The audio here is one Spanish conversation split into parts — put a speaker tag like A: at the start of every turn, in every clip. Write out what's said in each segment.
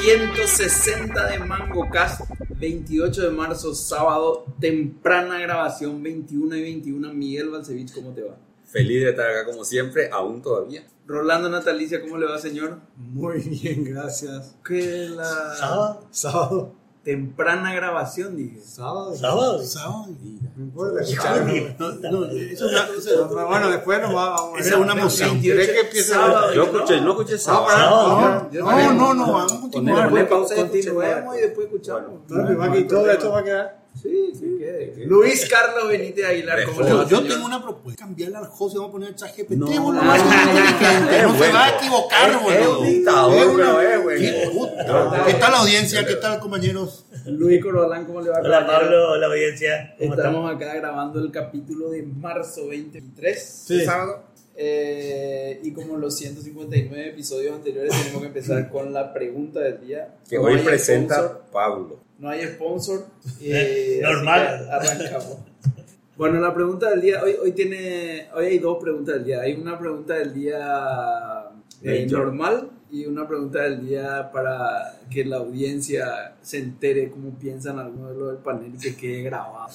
A: 160 de Mango Cast, 28 de marzo, sábado, temprana grabación, 21 y 21. Miguel Balcevich, ¿cómo te va?
B: Feliz de estar acá como siempre, aún todavía.
A: Rolando Natalicia, ¿cómo le va, señor?
C: Muy bien, gracias.
A: Que la
C: ¿Sábado? ¿Sábado?
A: temprana grabación, dije.
C: ¿Sábado?
D: ¿Sábado?
C: ¿Sábado? No importa. No, no, eso es una- eso es otra. Bueno, después nos va- vamos a...
D: Esa es una moción.
C: ¿Querés que empiece la-
A: Sábado.
B: Yo escuché, no escuché
C: Ah,
B: sábado.
C: pará.
D: Sábado.
C: No, no, no, no, vamos a continuar.
A: Ponle
B: Ponle
A: pausa
B: pausa y
A: continuemos
B: escuchemos.
A: y después escuchamos.
C: Dale, va aquí, todo esto va a quedar.
A: Sí, sí, que- que- Luis Carlos Benítez Aguilar, ¿cómo le va,
D: Yo, yo
A: señor?
D: tengo una propuesta. Cambiarle al host y vamos a poner el ChatGPT,
B: No.
D: boludo. más inteligente. No se va a equivocar,
B: Es
D: boludo.
B: un dictador,
D: Es una-
B: pero es, güey.
D: Qué puta. ¿Qué tal la audiencia? ¿Qué tal, compañeros?
A: Luis Corbalán, ¿cómo le va?
E: Hola
A: caballero?
E: Pablo, hola audiencia. ¿Cómo estamos?
A: Estamos acá grabando el capítulo de marzo 2023,
C: Sí.
A: sábado. Eh, y como los 159 episodios anteriores, tenemos que empezar con la pregunta del día.
B: Que
A: No
B: hoy
A: hay sponsor,
B: presenta Pablo.
A: no hay sponsor. eh,
E: Normal.
A: así que Arrancamos. Bueno, la pregunta del día. Hoy, hoy, tiene, hoy hay dos preguntas del día. Hay una pregunta del día eh,
B: De hecho.
A: normal y una pregunta del día para que la audiencia se entere cómo piensan algunos de los del panel y que quede grabado.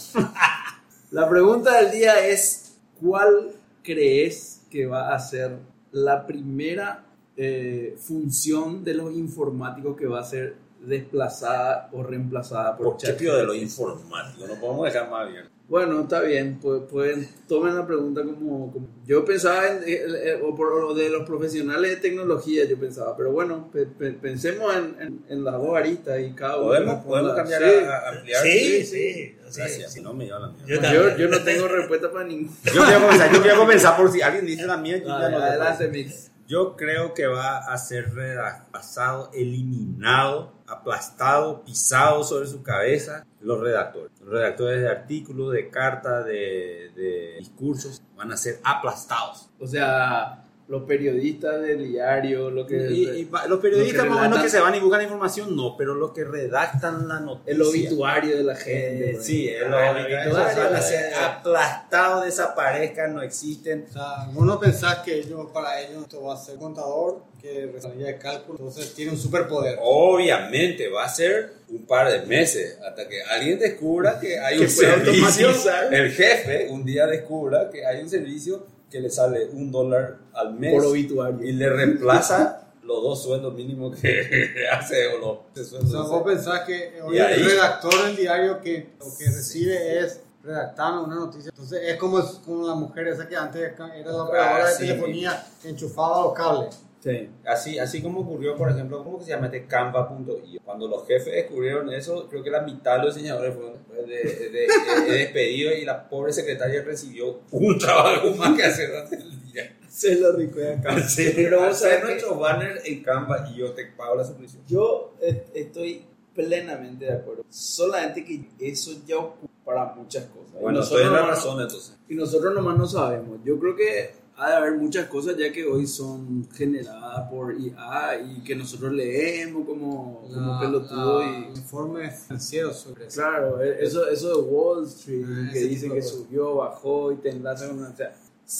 A: La pregunta del día es, ¿cuál crees que va a ser la primera eh, función de los informáticos que va a ser desplazada o reemplazada por,
B: Por
A: chat?
B: chipio de lo informático, no podemos dejar más bien.
A: Bueno, está bien, pues, pueden, tomen la pregunta como, como- yo pensaba en, eh, eh, o por- o de los profesionales de tecnología, yo pensaba, pero bueno, pe- pe- pensemos en, en, en las dos aristas y cada uno.
B: Podemos,
A: responda.
B: podemos cambiar
A: Sí.
B: a, a ampliar.
E: Sí, sí. sí,
B: Gracias, si
E: sí.
B: no me dio la mía.
E: Yo
A: Yo,
E: también.
A: yo no tengo respuesta para ningún.
B: Yo quiero comenzar, yo quiero comenzar por si alguien dice la mía, yo ya no
A: Adelante, Mix.
B: Yo creo que va a ser redactado, eliminado, aplastado, pisado sobre su cabeza los redactores. Los redactores de artículos, de cartas, de, de discursos van a ser aplastados.
A: O sea, los periodistas del diario, lo que...
B: Y, y va- los periodistas
A: Los que
B: más o menos
A: relatan-
B: que se van y buscan información, no, pero los que redactan la noticia.
A: el obituario de la gente.
B: Eh,
A: güey.
B: sí, el
A: Ah,
B: obituario, van a ser aplastados, desaparezcan, no existen.
C: O sea, vos no pensás que ellos, para ellos esto va a ser contador que resalía de cálculo, entonces tiene un superpoder.
B: Obviamente va a ser un par de meses hasta que alguien descubra que hay
A: Que
B: un
A: puede
B: servicio.
A: automatizar.
B: El jefe un día descubra que hay un servicio que le sale un dólar al mes
A: Por obituario.
B: y le reemplaza los dos sueldos mínimos que hace o los tres
C: O
B: sueldos.
C: sea,
B: no
C: vos
B: sé.
C: pensás que hoy
B: Y ahí-
C: el redactor del diario que lo que recibe es redactarme una noticia. Entonces es como, como la mujer esa que antes era la operadora de
B: sí.
C: telefonía, que enchufaba los cables.
A: Sí.
B: Así, así como ocurrió, por ejemplo, ¿cómo que se llama este Canva.io? Cuando los jefes descubrieron eso, creo que la mitad de los diseñadores fueron pues, de, de- de- de despedidos y la pobre secretaria recibió un trabajo más que hacer durante el día.
A: Se lo recuerda
B: pero
A: Pero
B: vamos
A: vos
B: a
A: sabés
B: ver
A: que-
B: nuestro banner en Canva y yo te pago la suscripción.
A: Yo eh, estoy plenamente de acuerdo. Solamente que eso ya ocurre para muchas cosas. y,
B: Bueno, estoy
A: nosotros
B: en la
A: nomás,
B: razón entonces.
A: y nosotros nomás no sabemos. Yo creo que ha de haber muchas cosas ya que hoy son generadas por IA y que nosotros leemos como, como pelotudo y...
C: Informes financieros sobre eso.
A: Claro, e- eso, eso de Wall Street,
C: Ah,
A: que
C: ese
A: dicen
C: tipo
A: que
C: de cosas.
A: subió, bajó y te enlazan con una... o sea,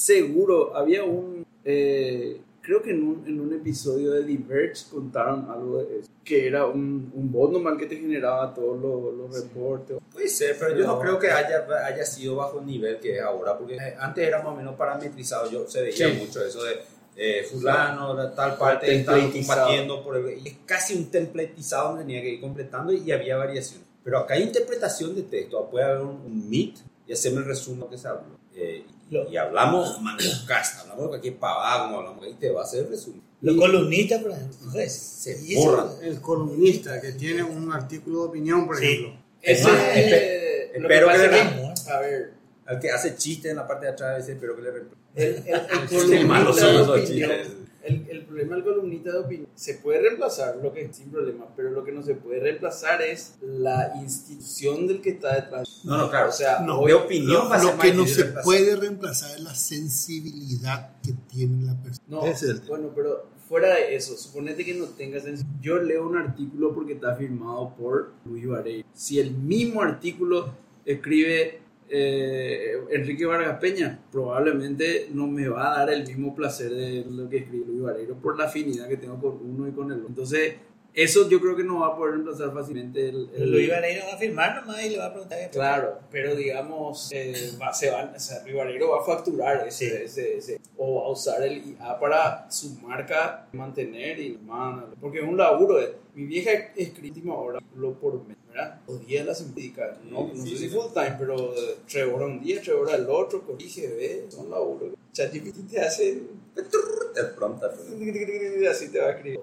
A: seguro, había un... eh, creo que en un, en un episodio de Diverge contaron algo de eso, que era un, un bot normal que te generaba todos los, los reportes.
B: Puede ser, pero yo no creo que haya, haya sido bajo el nivel que es ahora, porque eh, antes era más o menos parametrizado, yo se veía
A: Sí.
B: mucho eso de eh, fulano, la tal parte, está
A: Templatizado.
B: combatiendo por el- y es casi un templatizado donde tenía que ir completando y había variaciones. Pero acá hay interpretación de texto, ah, puede haber un, un meet y hacerme el resumen que se habló. Eh, y,
E: Lo-
B: y hablamos mangocasta, hablamos de cualquier pavada, como hablamos, y te va a hacer el resumen.
E: Los
B: Y
E: columnistas, por ejemplo, mujeres.
B: se
E: Y eso-
B: borran.
C: El columnista que tiene un artículo de opinión, por
E: Sí.
C: ejemplo.
B: Es más, espe-
A: eh, lo
B: espero
A: pasa
B: que
A: es
B: le-
E: Vamos,
A: A ver,
B: Al que hace chistes en la parte de atrás, a veces, pero que le
A: el, el, el
B: Qué malos
A: columnista
B: son
A: de
B: esos
A: opinión-
B: chistes.
A: el, el problema del columnista de opinión se puede reemplazar, lo que sin problema, pero lo que no se puede reemplazar es la institución del que está detrás.
B: No, no, claro.
A: O sea,
B: no,
A: hoy-
B: de opinión va a ser
D: Lo que
B: más
D: no
B: difícil
D: se
B: reemplazar.
D: puede reemplazar es la sensibilidad que tiene la persona.
A: No,
D: Ese es el tema.
A: bueno, pero fuera de eso, suponete que no tengas sens- Yo leo un artículo porque está firmado por Luis Varela. Si el mismo artículo escribe eh, Enrique Vargas Peña, probablemente no me va a dar el mismo placer de lo que escribe Luis Varela por la afinidad que tengo con uno y con el otro. Entonces, eso yo creo que no va a poder reemplazar fácilmente el... el-
E: Lo iban a ir a firmar nomás y le va a preguntar que
A: Claro, pero digamos, eh, va, se van, o sea, Rivareiro va a facturar ese, ese, ese- o va a usar el IA para su marca mantener y man, porque es un laburo. eh. Mi vieja es crítima ahora, lo por mes, ¿verdad? Dos días a la semana, dedica, no, no sé si full time, pero eh, tres horas un día, tres horas el otro, corrige, ve, son laburos. ChatGPT te hace,
B: El prompt, el
A: así te va a escribir.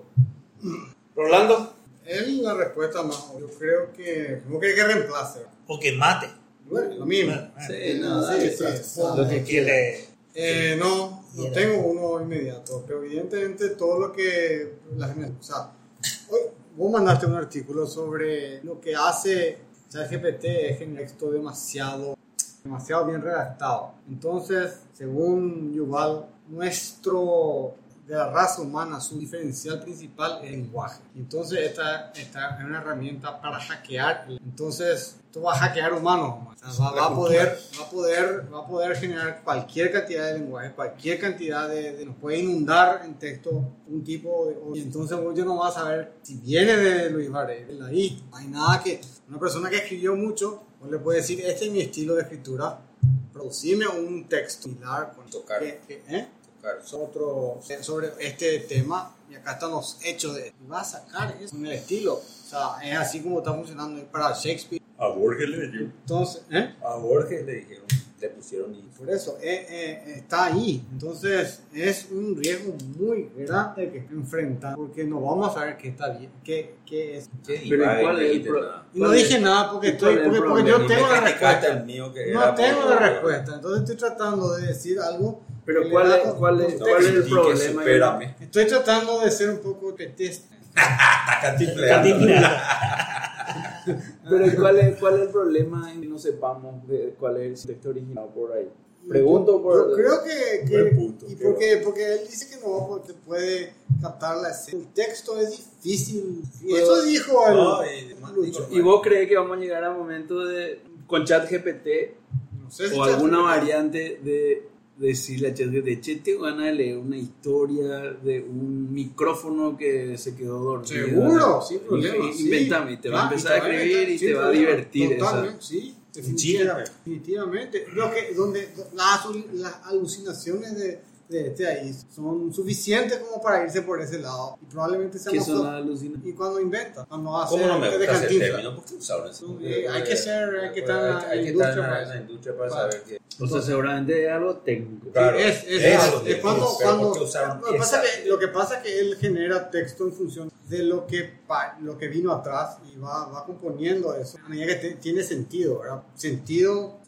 A: Rolando,
C: Es la respuesta más. Yo creo que. ¿Cómo que hay que reemplazar?
E: O pues, que mate.
C: Bueno, lo mismo.
B: Sí,
C: no, pues.
B: nada,
C: sí,
B: eso
C: sí,
B: es-
C: sí.
E: Lo que quiere.
C: Eh, no, no tengo uno inmediato, pero evidentemente todo lo que la gente, o sea, hoy vos mandaste un artículo sobre lo que hace ChatGPT es generar texto demasiado, demasiado bien redactado. Entonces, según Yuval, nuestro de la raza humana, su diferencial principal es el lenguaje. Entonces, esta, esta es una herramienta para hackear. Entonces, tú vas a hackear humanos. man. O sea, va, va a poder, va, a poder, va a poder generar cualquier cantidad de lenguaje, cualquier cantidad de, de- Nos puede inundar en texto un tipo de... Y entonces vos ya no vas a saber si viene de Luis Varela ahí. No hay nada que... Una persona que escribió mucho, vos le puede decir, este es mi estilo de escritura, producime un texto similar con...
B: Tocar.
C: que- que- ¿eh?
B: claro.
C: sobre otro- sobre este tema y acá están los hechos de y va a sacar eso en el estilo o sea es así como está funcionando para Shakespeare
B: A Borges le dijeron.
C: entonces ¿eh?
B: A Borges le dijeron. Le pusieron y.
C: por eso eh, eh, está ahí entonces es un riesgo muy grande que enfrentar porque no vamos a saber qué está bien qué, qué es
A: Pero ¿cuál es el pro-
C: y no dije nada porque estoy porque, porque yo tengo la respuesta
B: mío que era
C: no tengo
B: muy-
C: la respuesta entonces estoy tratando de decir algo que
A: pero
C: le
A: ¿cuál
C: da
A: es,
C: con-
A: cuál es,
B: No,
A: cuál es el
B: sí, que
A: problema?
B: supérame.
C: estoy tratando de ser un poco petista
B: Está cantinfleando.
E: Cantinflas.
A: Pero ¿cuál es, cuál es el problema en que no sepamos de cuál es el texto original por ahí? Pregunto por...
C: Yo creo que. que-
B: Buen punto,
C: y
B: qué
C: porque, porque él dice que no, porque puede captar la escena. El texto es difícil. Y
A: Pero-
C: eso dijo el.
B: No, y más dicho,
A: Pues, ¿Y vos crees que vamos a llegar a momentos de, con ChatGPT
C: no sé si
A: o
C: está-
A: alguna variante de decirle a ChatGPT, che, te van a leer una historia de un micrófono que se quedó dormido?
C: Seguro, sin problema.
A: Y-
C: sí.
A: inventame, te va a
C: Ah, y
A: empezar a
C: te va
A: escribir y
C: sin
A: te va a
C: problema,
A: divertir esa.
C: Totalmente, sí. Definitivamente. definitivamente. Lo que, donde las, las alucinaciones de, de este ahí son suficientes como para irse por ese lado. Y probablemente sea
A: Que
C: más
A: son
C: pro-
A: las alucinaciones.
C: Y cuando inventa, cuando hace
B: ¿Cómo no me
C: de
B: gusta ese
C: Cantinflas.
B: término? ¿Por qué usaron ese
C: No,
B: término?
C: eh, hay que ser- hay que estar en la
B: Hay que estar
C: industria
B: en la-
C: para-
B: en la industria para
C: para-
B: saber que.
A: O sea, seguramente es algo técnico.
B: Claro,
C: es, es,
B: eso,
C: es cuando,
B: pero ¿por
C: cuando-
B: qué usaron
C: lo, que pasa
B: esa?
C: que, lo que pasa es que él genera texto en función de lo que, pa- lo que vino atrás y va, va componiendo eso. A medida que te- tiene sentido, ¿verdad? Sentido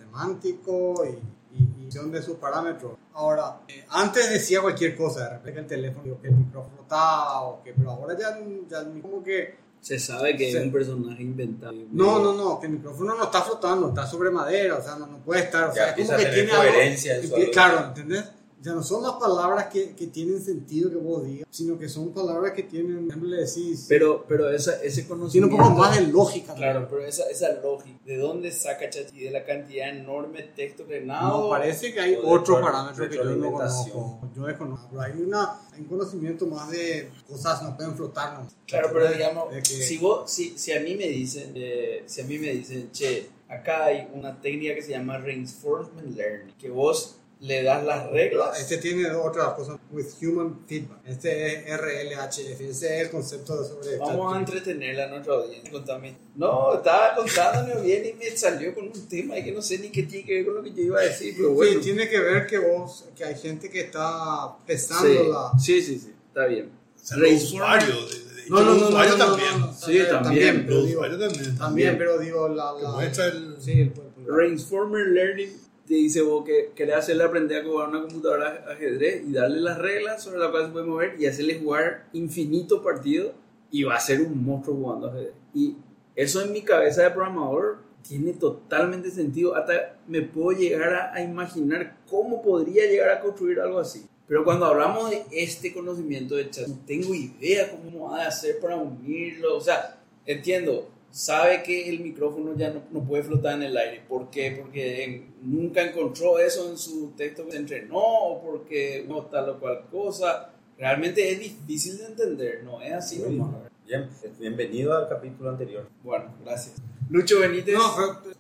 C: semántico y, y, y son de sus parámetros. Ahora, eh, antes decía cualquier cosa, de repente que el teléfono, que el micrófono está, o que, pero ahora ya, ya como que
A: Se sabe que
C: Sí.
A: es un personaje inventado.
C: No, no, no, que el micrófono no está flotando, está sobre madera, o sea, no, no puede estar, o
B: Ya
C: sea, es
B: empieza
C: como
B: a
C: que
B: tener
C: tiene algo-
B: coherencia en su
C: empie-
B: hablar.
C: Claro, ¿entendés? Ya no son las palabras que, que tienen sentido que vos digas, sino que son palabras que tienen, por ejemplo, le decís,
A: Pero, pero esa, ese
C: tiene
A: conocimiento...
C: un poco más de lógica.
A: Claro, pero esa, esa lógica, ¿de dónde saca ChatGPT de la cantidad enorme de texto
C: No,
A: drenado?
C: parece que hay
B: o de
C: otro
B: retro-
C: parámetro que yo no
B: retroalimentación.
C: conozco. Yo desconozco. pero Hay, una, hay un conocimiento más de cosas que no pueden flotar. ¿no?
A: Claro, pero digamos,
C: De que-
A: si, vos, si, si a mí me dicen, eh, si a mí me dicen, che, acá hay una técnica que se llama reinforcement learning, que vos le das las reglas.
C: Este tiene otra cosa, with human feedback. Este es RLHF, ese es el concepto de sobre
A: Vamos a entretener a nuestra audiencia. Contame. No, estaba contándome bien y me salió con un tema y que no sé ni qué tiene que ver con lo que yo iba a decir, pero
C: Sí,
A: bueno.
C: tiene que ver que vos, que hay gente que está pesando
A: Sí,
C: la...
A: sí, sí, sí, está bien.
D: O sea, los usuarios. de- de- los usuarios también.
A: Sí, también,
C: pero
D: Los
C: digo,
D: usuarios también.
C: también, pero digo la... la
D: muestra el-
C: Sí, el pueblo.
A: Reinformer Learning te dice vos que querés hacerle aprender a jugar una computadora a ajedrez y darle las reglas sobre las cuales se puede mover y hacerle jugar infinito partido y va a ser un monstruo jugando ajedrez. Y eso en mi cabeza de programador tiene totalmente sentido. Hasta me puedo llegar a, a imaginar cómo podría llegar a construir algo así. Pero cuando hablamos de este conocimiento de chat, no tengo idea cómo va a hacer para unirlo. O sea, entiendo, sabe que el micrófono ya no, no puede flotar en el aire. ¿Por qué? Porque en- nunca encontró eso en su texto que entrenó, o porque no tal o cual cosa. Realmente es difícil de entender, no es así
B: Muy
A: nomás.
B: Bien, bienvenido al capítulo anterior.
A: Bueno, gracias. Lucho Benítez.
C: No, pero-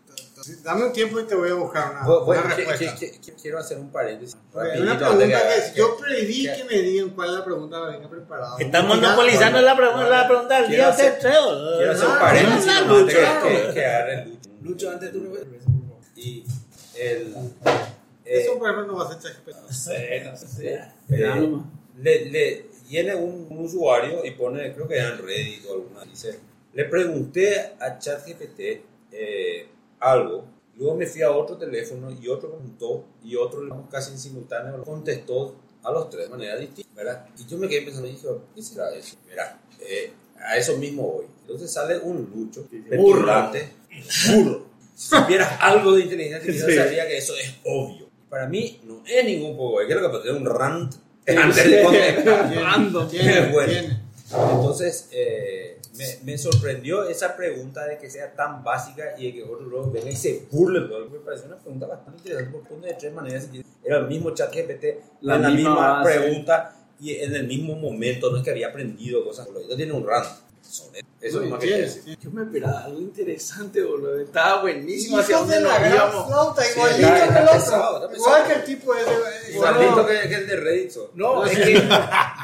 C: dame un tiempo y te voy a buscar una,
B: Bu- bueno,
C: una
B: que-
C: Ah, respuesta.
B: que- que- quiero hacer un paréntesis.
C: Ok,
B: rapidito
C: una
B: antes
C: pregunta que,
B: que-
C: yo preví
B: que-
C: que me digan cuál es la pregunta que venía preparada.
E: Están
C: Mira,
E: monopolizando
B: bueno,
E: la, pregunta- la pregunta del
B: quiero
E: día
B: hacer-
E: usted tres. boludo.
B: Quiero hacer un
C: Ah,
B: paréntesis.
E: no,
B: antes que-
E: Lucho.
B: que- que agarre Lucho.
A: Lucho, antes tú no
B: Y el. eh,
C: Eso, por ejemplo, no va a ser ChatGPT.
A: No sé, no sé.
B: eh, le, le viene un, un usuario y pone, creo que era en Reddit o alguna, dice, le pregunté a ChatGPT eh, algo, luego me fui a otro teléfono y otro preguntó y otro digamos, casi en simultáneo lo contestó a los tres de manera distinta, ¿verdad? Y yo me quedé pensando y dije, ¿qué será eso? Verá, eh, a eso mismo voy. Entonces sale un lucho, petulante, burro. Si supieras algo de inteligencia artificial,
A: Sí.
B: sabría que eso es obvio. Para mí no es ningún poco, es que lo que pasa es un rant antes de contestar.
A: Ando.
C: Tiene,
B: Bueno.
C: tiene.
B: Entonces, eh, me, me sorprendió esa pregunta de que sea tan básica y de que otro luego venga y se burle. de todo. Me pareció una pregunta bastante interesante porque pone de tres maneras. y Era el mismo chat GPT,
A: La
B: la, la
A: misma
B: misma,
A: base.
B: pregunta y en el mismo momento. No es que había aprendido cosas. por lo visto tiene un rant. sobre Eso es
C: Tiene,
B: lo más que quiero
C: tiene.
B: decir.
A: Yo me esperaba algo interesante, boludo. Estaba buenísimo hacia
C: Hijo de
A: donde nos
C: la gran
A: íbamos.
C: flauta,
B: Sí,
C: igualito
B: está-
C: que el
B: está
C: otro.
B: pesado, está
C: Igual
B: pesado.
C: que el tipo ese.
B: Igualito que, que el de Reddit. so.
A: No, es que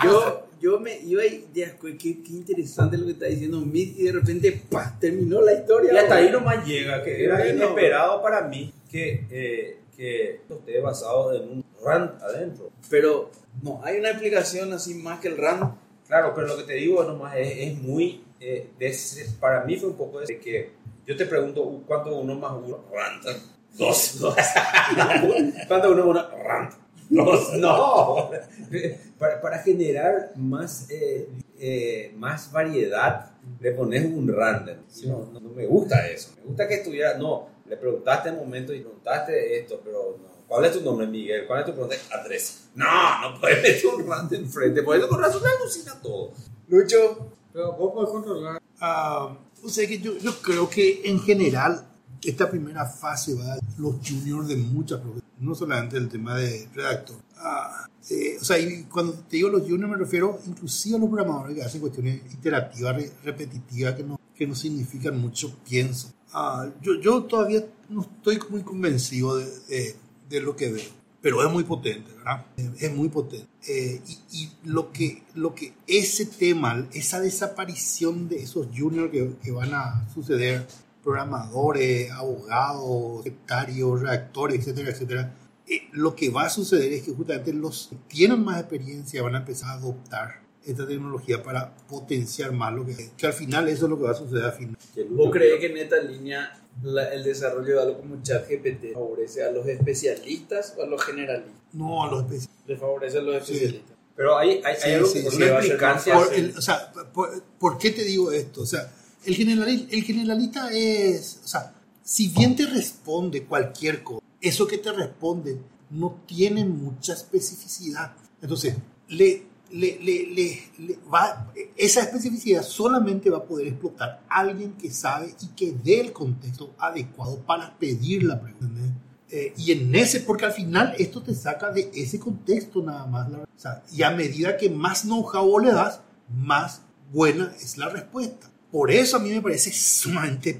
A: yo, yo me iba y decía, "Qué- qué, qué interesante lo que está diciendo Mitch y de repente ¡pah! terminó la historia.
B: Y hasta ahí
A: boludo.
B: nomás llega, que era
A: Bueno.
B: inesperado para mí que, eh, que esto esté basado en un rant adentro.
A: Pero no, hay una explicación así más que el random.
B: Claro, pero lo que te digo nomás es, es muy... eh, des- para mí fue un poco de que yo te pregunto "Uh, cuánto uno más uno, rant. Dos, dos. ¿Cuánto uno más uno, rant? Dos, no. Para, para generar más, eh, eh, más variedad, le pones un random. No, no- no me gusta eso. Me gusta que estuviera. No, le preguntaste el momento y preguntaste esto, pero no. ¿Cuál es tu nombre, Miguel? ¿Cuál es tu pregunta? Andrés. No, no puedes meter un random enfrente. Por eso con razón le alucina todo.
A: Lucho,
C: Pero vos podés controlar.
D: Ah, o sea que yo, yo creo que en general esta primera fase va a los juniors de muchas profesiones, no solamente el tema de redactor. Ah, eh, o sea, y cuando te digo los juniors me refiero inclusive a los programadores que hacen cuestiones iterativas, re- repetitivas, que no, que no significan mucho pienso. Ah, yo, yo todavía no estoy muy convencido de, de- de lo que veo, pero es muy potente, ¿verdad? Eh, Es muy potente. Eh, y y lo, que, lo que ese tema, esa desaparición de esos juniors que, que van a suceder, programadores, abogados, secretarios, redactores, etcétera, etcétera, eh, lo que va a suceder es que justamente los que tienen más experiencia van a empezar a adoptar esta tecnología para potenciar más lo que es. Que al final eso es lo que va a suceder al final.
A: ¿vos crees que en esta línea la- el desarrollo de algo como ChatGPT favorece a los especialistas o a los generalistas?
D: No, a los especialistas.
A: Le favorece a los
D: Sí.
A: especialistas.
B: Pero hay, hay,
D: Sí,
B: hay algo
D: sí,
B: que
D: sí,
B: una
A: va a ser
B: explicancia.
A: más
D: Por el- o sea, por, ¿por qué te digo esto? O sea, el, generali- el generalista es, o sea, si bien te responde cualquier cosa, eso que te responde no tiene mucha especificidad. Entonces, le, le- le- le- le va, esa especificidad solamente va a poder explotar alguien que sabe y que dé el contexto adecuado para pedir la pregunta. ¿entendés? Eh, y en ese, porque al final esto te saca de ese contexto nada más. la- o sea, y a medida que más know-how vos le das, más buena es la respuesta. Por eso a mí me parece sumamente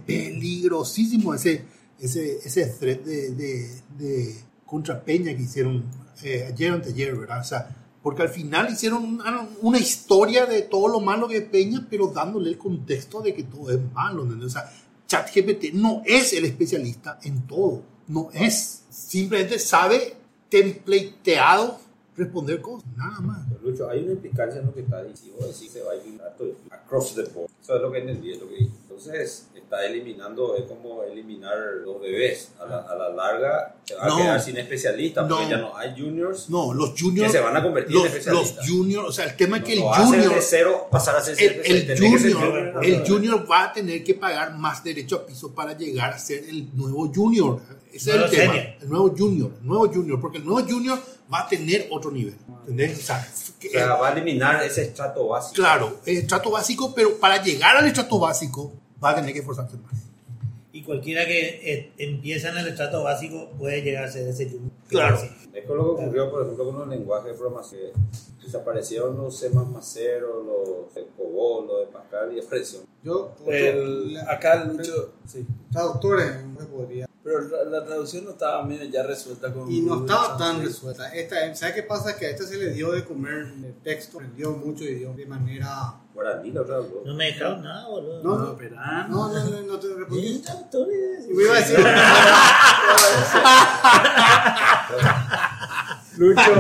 D: peligrosísimo ese, ese, ese thread de, de, de contra Peña que hicieron eh, ayer o anteayer, ¿verdad? O sea, porque al final hicieron una, una historia de todo lo malo que es Peña, pero dándole el contexto de que todo es malo, ¿entendés? O sea, ChatGPT no es el especialista en todo, no es. Simplemente sabe templateado responder cosas, nada más.
B: Pero, Lucho, hay una implicancia en lo que está diciendo, así se va a ir un rato across the board. Eso es lo que entendí, es lo que dije. Entonces, está eliminando, es como eliminar los bebés. A la, a la larga, te va
D: No.
B: a quedar sin especialistas,
D: No.
B: porque ya no hay juniors.
D: No, los juniors.
B: Que se van a convertir en
D: los,
B: especialistas.
D: Los juniors, o sea, el tema es que el
B: No, va a ser
D: junior.
B: de cero, pasar a ser
D: El, el
B: tenés que ser
D: junior,
B: junior.
D: el junior va a tener que pagar más derecho a piso para llegar a ser el nuevo junior. Ese
E: Nuevo
D: es el tema.
E: senior.
D: El nuevo junior, el nuevo junior, porque el nuevo junior va a tener otro nivel. ¿Entendés? O sea, que- eh,
B: O sea, va a eliminar ese estrato básico.
D: claro, es estrato básico, pero para llegar al estrato básico va a tener que esforzarse más.
E: Y cualquiera que eh, empieza en el estrato básico puede llegar a ser ese junior.
D: Claro.
B: Es con lo que ocurrió, por ejemplo, con los lenguajes de programación. que Desaparecieron los C++, los de COBOL, los de Pascal y apareció.
C: Yo,
A: El-
C: la-
A: acá Lucho, sí.
C: traductores, no me podría.
A: Pero la, la traducción no estaba medio ya resuelta con.
C: Y no
A: Google
C: estaba tan
A: Translate.
C: resuelta. Esta, ¿Sabes qué pasa? Que a esta se le dio de comer de texto, aprendió mucho idioma de manera.
B: Guaraní, lo tradujo.
E: No me dejaron nada, boludo.
C: No,
A: No,
C: no,
A: pero, ah, no.
C: no, no, no te respondí.
E: Traductores.
C: Y me iba a decir.
A: Lucho.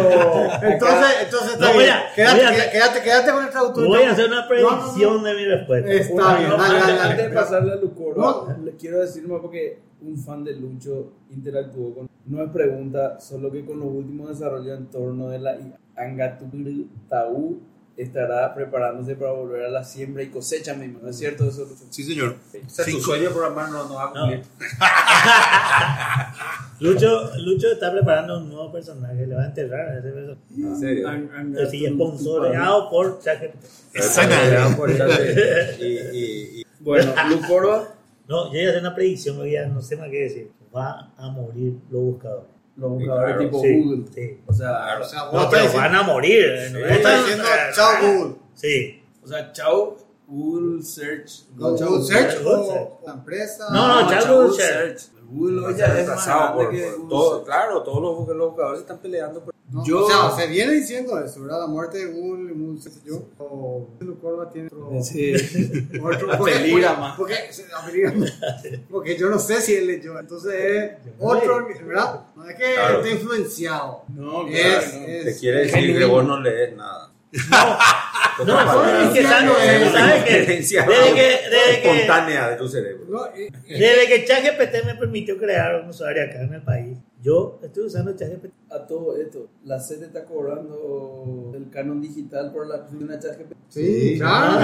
C: Entonces, entonces está
E: No, voy
C: bien.
E: a-
C: quédate,
E: voy a
C: qué-
E: hacer-
C: quédate, quédate con el traductor.
E: Voy a hacer una predicción
C: No, no,
E: de mi respuesta.
C: no. Está bien,
A: No,
C: dale,
A: antes,
C: dale,
A: antes
C: dale.
A: de pasarle a Lucoro,
C: No.
A: le quiero decir más porque un fan de Lucho interactuó con. No me pregunta, solo que con los últimos desarrollos en torno de la IA, Angaturu Taú estará preparándose para volver a la siembra y cosecha mismo. ¿No es cierto eso, Lucho?
D: Sí,
B: O
D: señor.
B: sea, tu sueño de programar no, no va a cumplir.
E: Lucho, Lucho está preparando un nuevo personaje, le va a enterrar a ese personaje.
B: En serio.
A: Ang- Angaturu
E: Así,
A: Taú.
E: esponsoreado Ah, por ChatGPT.
D: Exactamente.
B: Y, y, y
A: Bueno, Lucoro,
E: No, yo ya hice una predicción, hoy ya no sé más qué decir. Va a morir los buscadores.
A: los buscadores
B: Claro,
A: tipo
E: sí,
A: Google.
E: sí.
A: O sea,
C: O sea, vos
E: No,
C: estás
E: pero
C: diciendo,
E: van a morir. eh, no
B: Sí.
C: vos
E: es-
C: estás diciendo, chao Google.
E: Sí.
A: o sea, chao Google Search.
C: No,
A: chao
C: Google Search
E: Google
C: o
E: Search.
C: la empresa.
E: No, no, chao Google Search.
A: Google
B: va a
A: hoy
B: ser
A: ya es más
B: retrasado
A: grande
B: por,
A: que
B: por
A: Google
B: todo.
A: Search.
B: Claro, todos los, los jugadores están peleando por
C: No,
A: Yo-
C: O sea, se viene diciendo eso, ¿verdad? La muerte de Google, Google, qué sé yo. O Lucorba tiene otro.
A: Sí.
C: otro
A: La peligrama.
C: Porque, porque, la peligrama. porque yo no sé si él leyó. Entonces es otro, ¿verdad? No es que
B: Claro.
C: esté influenciado.
A: No, claro,
C: es,
A: no.
C: es-
B: Te quiere decir
C: genuino.
B: que vos no lees nada. No,
E: No, es que
C: Claro,
E: sabes
C: es-
E: ¿sabes qué? Desde que, desde que,
B: espontánea de tu cerebro.
C: No, eh,
E: desde que ChatGPT me permitió crear un usuario acá en el país, yo estoy usando ChatGPT.
A: A todo esto, la CET está cobrando el canon digital por la aplicación de ChatGPT.
C: sí, claro.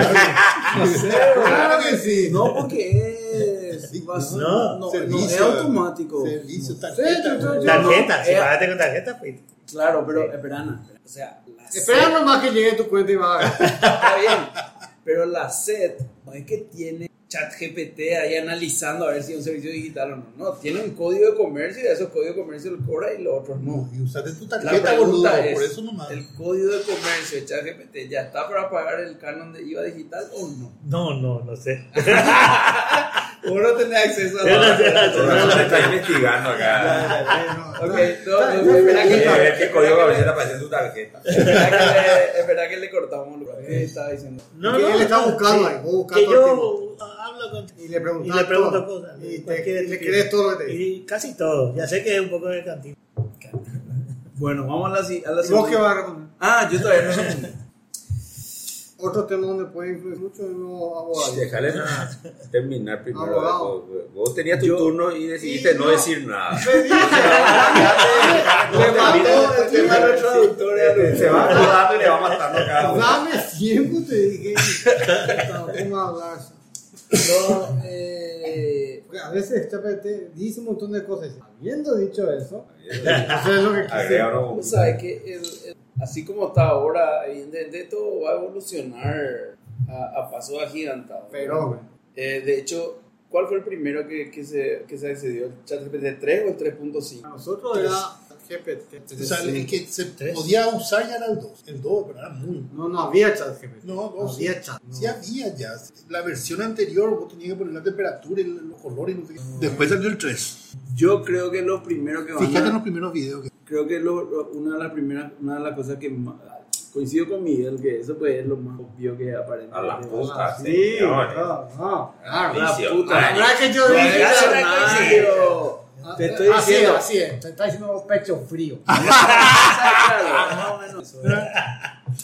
C: claro que sí.
A: No, porque es. va a ser-
E: No,
A: no,
D: servicio.
A: no, es automático.
D: Servicio,
C: Sí, tú- tú- tú-
E: Tarjeta, si
A: eh.
E: pagaste con tarjeta, pues. fuiste.
A: Claro, pero esperana. O sea, la
C: Espera nomás que llegue tu cuenta y va a ver.
A: Está bien. Pero la SED no es que tiene ChatGPT ahí analizando a ver si es un servicio digital o no. No, tiene un código de comercio y a esos códigos de comercio el cobra y los otros no.
D: No, y usaste tu
A: La
D: tarjeta, boludo.
A: pregunta
D: Por
A: es,
D: eso nomás.
A: ¿el código de comercio de ChatGPT ya está para pagar el canon de IVA digital o no?
E: No, no, no sé.
A: Uno no tenés acceso a
E: Yo no sé,
A: la
E: no sé.
B: Se está investigando acá.
A: Ok, no, no, espera que,
B: Quiere ver qué código a
A: espera
B: veces aparece en tu tarjeta.
A: que, espera que le, espera que le cortamos lo que estaba diciendo.
E: No,
C: Que
E: no,
C: él está
E: no,
C: buscando
E: sí.
C: ahí, vos buscás
E: Que
C: todo el
E: yo hablo con
C: Y le
E: y
C: preguntas
E: le pregunto
C: todo.
E: cosas.
C: Y, te,
E: cualquier
C: y le
E: tipo.
C: crees todo lo que te dice.
E: Y casi todo. Ya sé que es un poco de cantina.
A: Bueno, vamos a la, si- a la
C: ¿Y vos qué
A: segunda.
C: vas a responder?
A: Ah, yo todavía no respondí.
C: Otro tema donde puede influir mucho es los abogados.
B: Déjale nada. terminar primero.
C: Abogado.
B: Vos- Vos tenías tu
A: Yo-
B: turno y decidiste
C: Sí,
B: no
C: no.
B: decir nada.
C: Le dije, le mando el tema al otro
A: traductor a Lucho.
B: Se va acordando y le va matando a cada uno.
C: Dame tiempo, te dije. ¿Cómo hablar?
A: No, eh,
C: Porque a veces ChatGPT dice un montón de cosas. Habiendo dicho eso, eso es lo que quise.
B: Agrega uno como-
A: vos sabés que el- el- así como está ahora, evidentemente todo va a evolucionar a, a pasos agigantados.
C: Pero, bueno,
A: Eh, de hecho, ¿cuál fue el primero que, que se, que se accedió? ¿El ChatGPT 3 o el 3.5?
C: a nosotros era GPT.
D: O sea, el que se podía usar ya era el 2. El 2, pero era muy.
C: No, no había ChatGPT.
D: No, no, sí.
C: había chat.
D: Sí había ya. La versión anterior vos tenías que poner la temperatura y los colores. y no sé qué. Después salió el 3.
A: Yo creo que los primeros que van
D: Fíjate en
A: a,
D: los primeros videos que
A: Creo que lo- lo- una de las primeras, una de las cosas que más- coincido con Miguel, que eso pues es lo más obvio que aparece.
B: A la
A: puta.
B: puta.
C: Ah, Sí,
B: señores.
C: no, Ah, no.
A: La
B: Vicio.
A: puta.
B: Ay,
C: La verdad que yo dije,
E: Gracias,
C: "Hermano,
E: Nacho".
C: a
A: Te estoy
C: así es,
A: diciendo.
C: así es. Te está diciendo pecho frío.
A: Claro, más o menos eso, ¿verdad?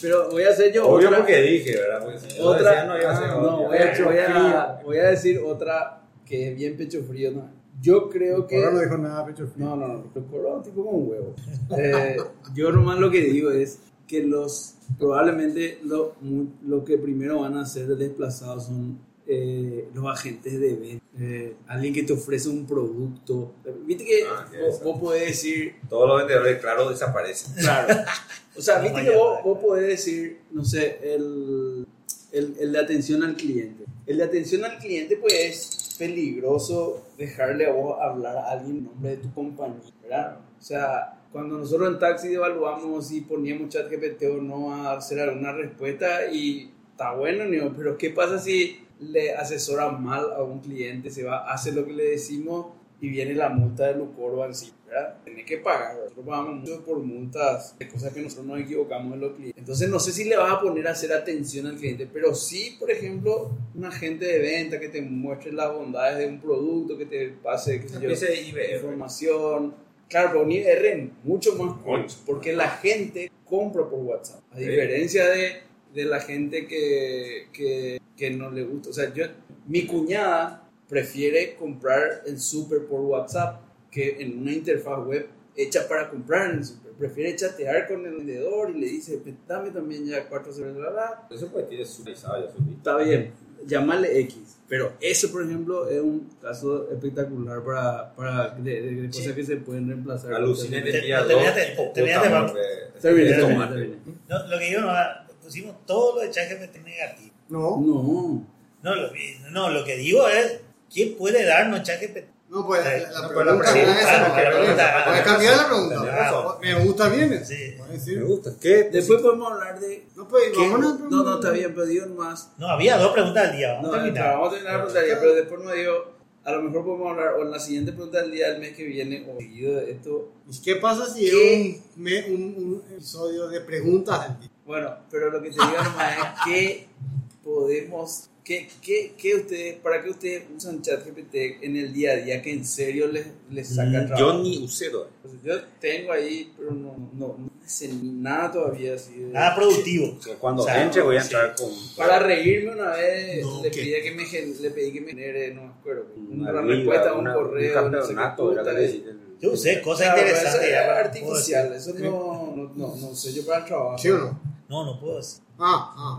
A: Pero voy a hacer yo
B: Obvio
A: otra.
B: porque dije, ¿verdad? Porque si yo
A: otra
B: decía, no iba a ser
A: ah,
B: obvio.
A: no, voy, a, voy a- voy a decir otra que es bien pecho frío. ¿no? Yo creo que.
C: Ahora no dijo nada pecho frío.
A: No, no, no, lo cobro un tipo con un huevo. Eh, yo nomás lo que digo es que los probablemente lo, mu- lo que primero van a ser desplazados son eh, los agentes de venta. Eh, alguien que te ofrece un producto. Viste que
B: Ah, qué
A: vos, vos podés decir,
B: Todos los vendedores, claro, desaparecen.
A: claro. O sea,
E: No,
A: viste que
E: mañana.
A: vos, vos podés decir, no sé, el, el, el de atención al cliente. El de atención al cliente, pues es peligroso dejarle a vos hablar a alguien en nombre de tu compañía, ¿verdad? O sea, cuando nosotros en taxi evaluamos si poníamos chat GPT o no a hacer alguna respuesta y está bueno, niño, pero ¿qué pasa si le asesoran mal a un cliente? Se va, hace lo que le decimos y viene la multa de Lucorba encima, ¿verdad? Tiene que pagar, nosotros pagamos mucho por multas de cosas que nosotros nos equivocamos en los clientes. Entonces, no sé si le vas a poner a hacer atención al cliente, pero sí, por ejemplo, un agente de venta que te muestre las bondades de un producto, que te pase, qué sé yo,
B: Empiece IBM.
A: información. Claro, pero un IRM, mucho más cool,
B: Mucho.
A: porque la gente compra por WhatsApp, a
B: Sí.
A: diferencia de, de la gente que, que, que no le gusta. O sea, yo, mi cuñada prefiere comprar en super por WhatsApp que en una interfaz web hecha para comprar en el super. Prefiere chatear con el vendedor y le dice, dame también ya cuatro cervezas, bla, bla, bla".
B: Eso pues tiene su pisado, ya subí.
A: Está bien, llamarle X. Pero eso, por ejemplo, es un caso espectacular para, para de, de- de cosas
E: Sí.
A: que se pueden reemplazar.
B: Aluciné,
E: Te-
B: te pilla
E: te-
B: dos.
E: te-
B: tipo
E: te- te-
B: puta,
E: te-
B: hombre.
A: Terminé,
B: Te-
A: terminé,
B: te-
A: terminé.
E: No, lo que yo no, pusimos todo lo de ChatGPT negativo.
C: No,
A: No.
E: No lo, no, lo que digo es, ¿quién puede darnos ChatGPT?
C: no, pues la, la
B: No, pues, la
C: pregunta no es
B: pregunta,
C: esa.
B: la pregunta.
C: Puedes cambiar la
B: Tenés
C: pregunta.
B: razón.
C: Me gusta bien.
E: Sí.
C: Puedes decir,
B: Me gusta. ¿Qué?
A: Después podemos hablar de.
C: No, pues
A: ¿Qué?
C: vámonos.
A: No, no, está bien, pero digo más.
E: No, había dos preguntas al día. Vamos
A: No,
E: a terminar.
A: está, vamos a terminar la pregunta del día, pero después me digo. A lo mejor podemos hablar o en la siguiente pregunta del día del mes que viene o seguido de esto.
C: ¿Y Pues, qué pasa si
A: ¿Qué?
C: es un, me- un- un episodio de preguntas del día?
A: Bueno, pero lo que te digo nomás es que podemos. ¿Qué, qué, qué ustedes, ¿Para qué ustedes usan ChatGPT en el día a día que en serio les, les saca trabajo?
B: Yo ni usé dos.
A: O sea, yo tengo ahí, pero no, no, no sé ni nada todavía así. de-
E: Nada productivo.
B: O sea, Cuando
E: O sea,
B: entre voy a
E: sí.
B: entrar con.
A: Para reírme una vez
D: No,
A: le,
D: ¿qué?
A: pedí que me, gen- le pedí que me genere, no me acuerdo, una,
B: liga,
A: respuesta a un
B: una-
A: correo,
B: un
A: no sé qué
B: campeonato,
A: puta,
B: era
A: es-
B: de-
E: Yo usé
A: O sea,
E: cosas
A: pero eso
E: interesantes.
A: es
E: ya,
A: artificial, eso no, no, no, no sé yo para el trabajo.
C: ¿Sí o no?
E: No, no puedo decir.
C: Ah, ah,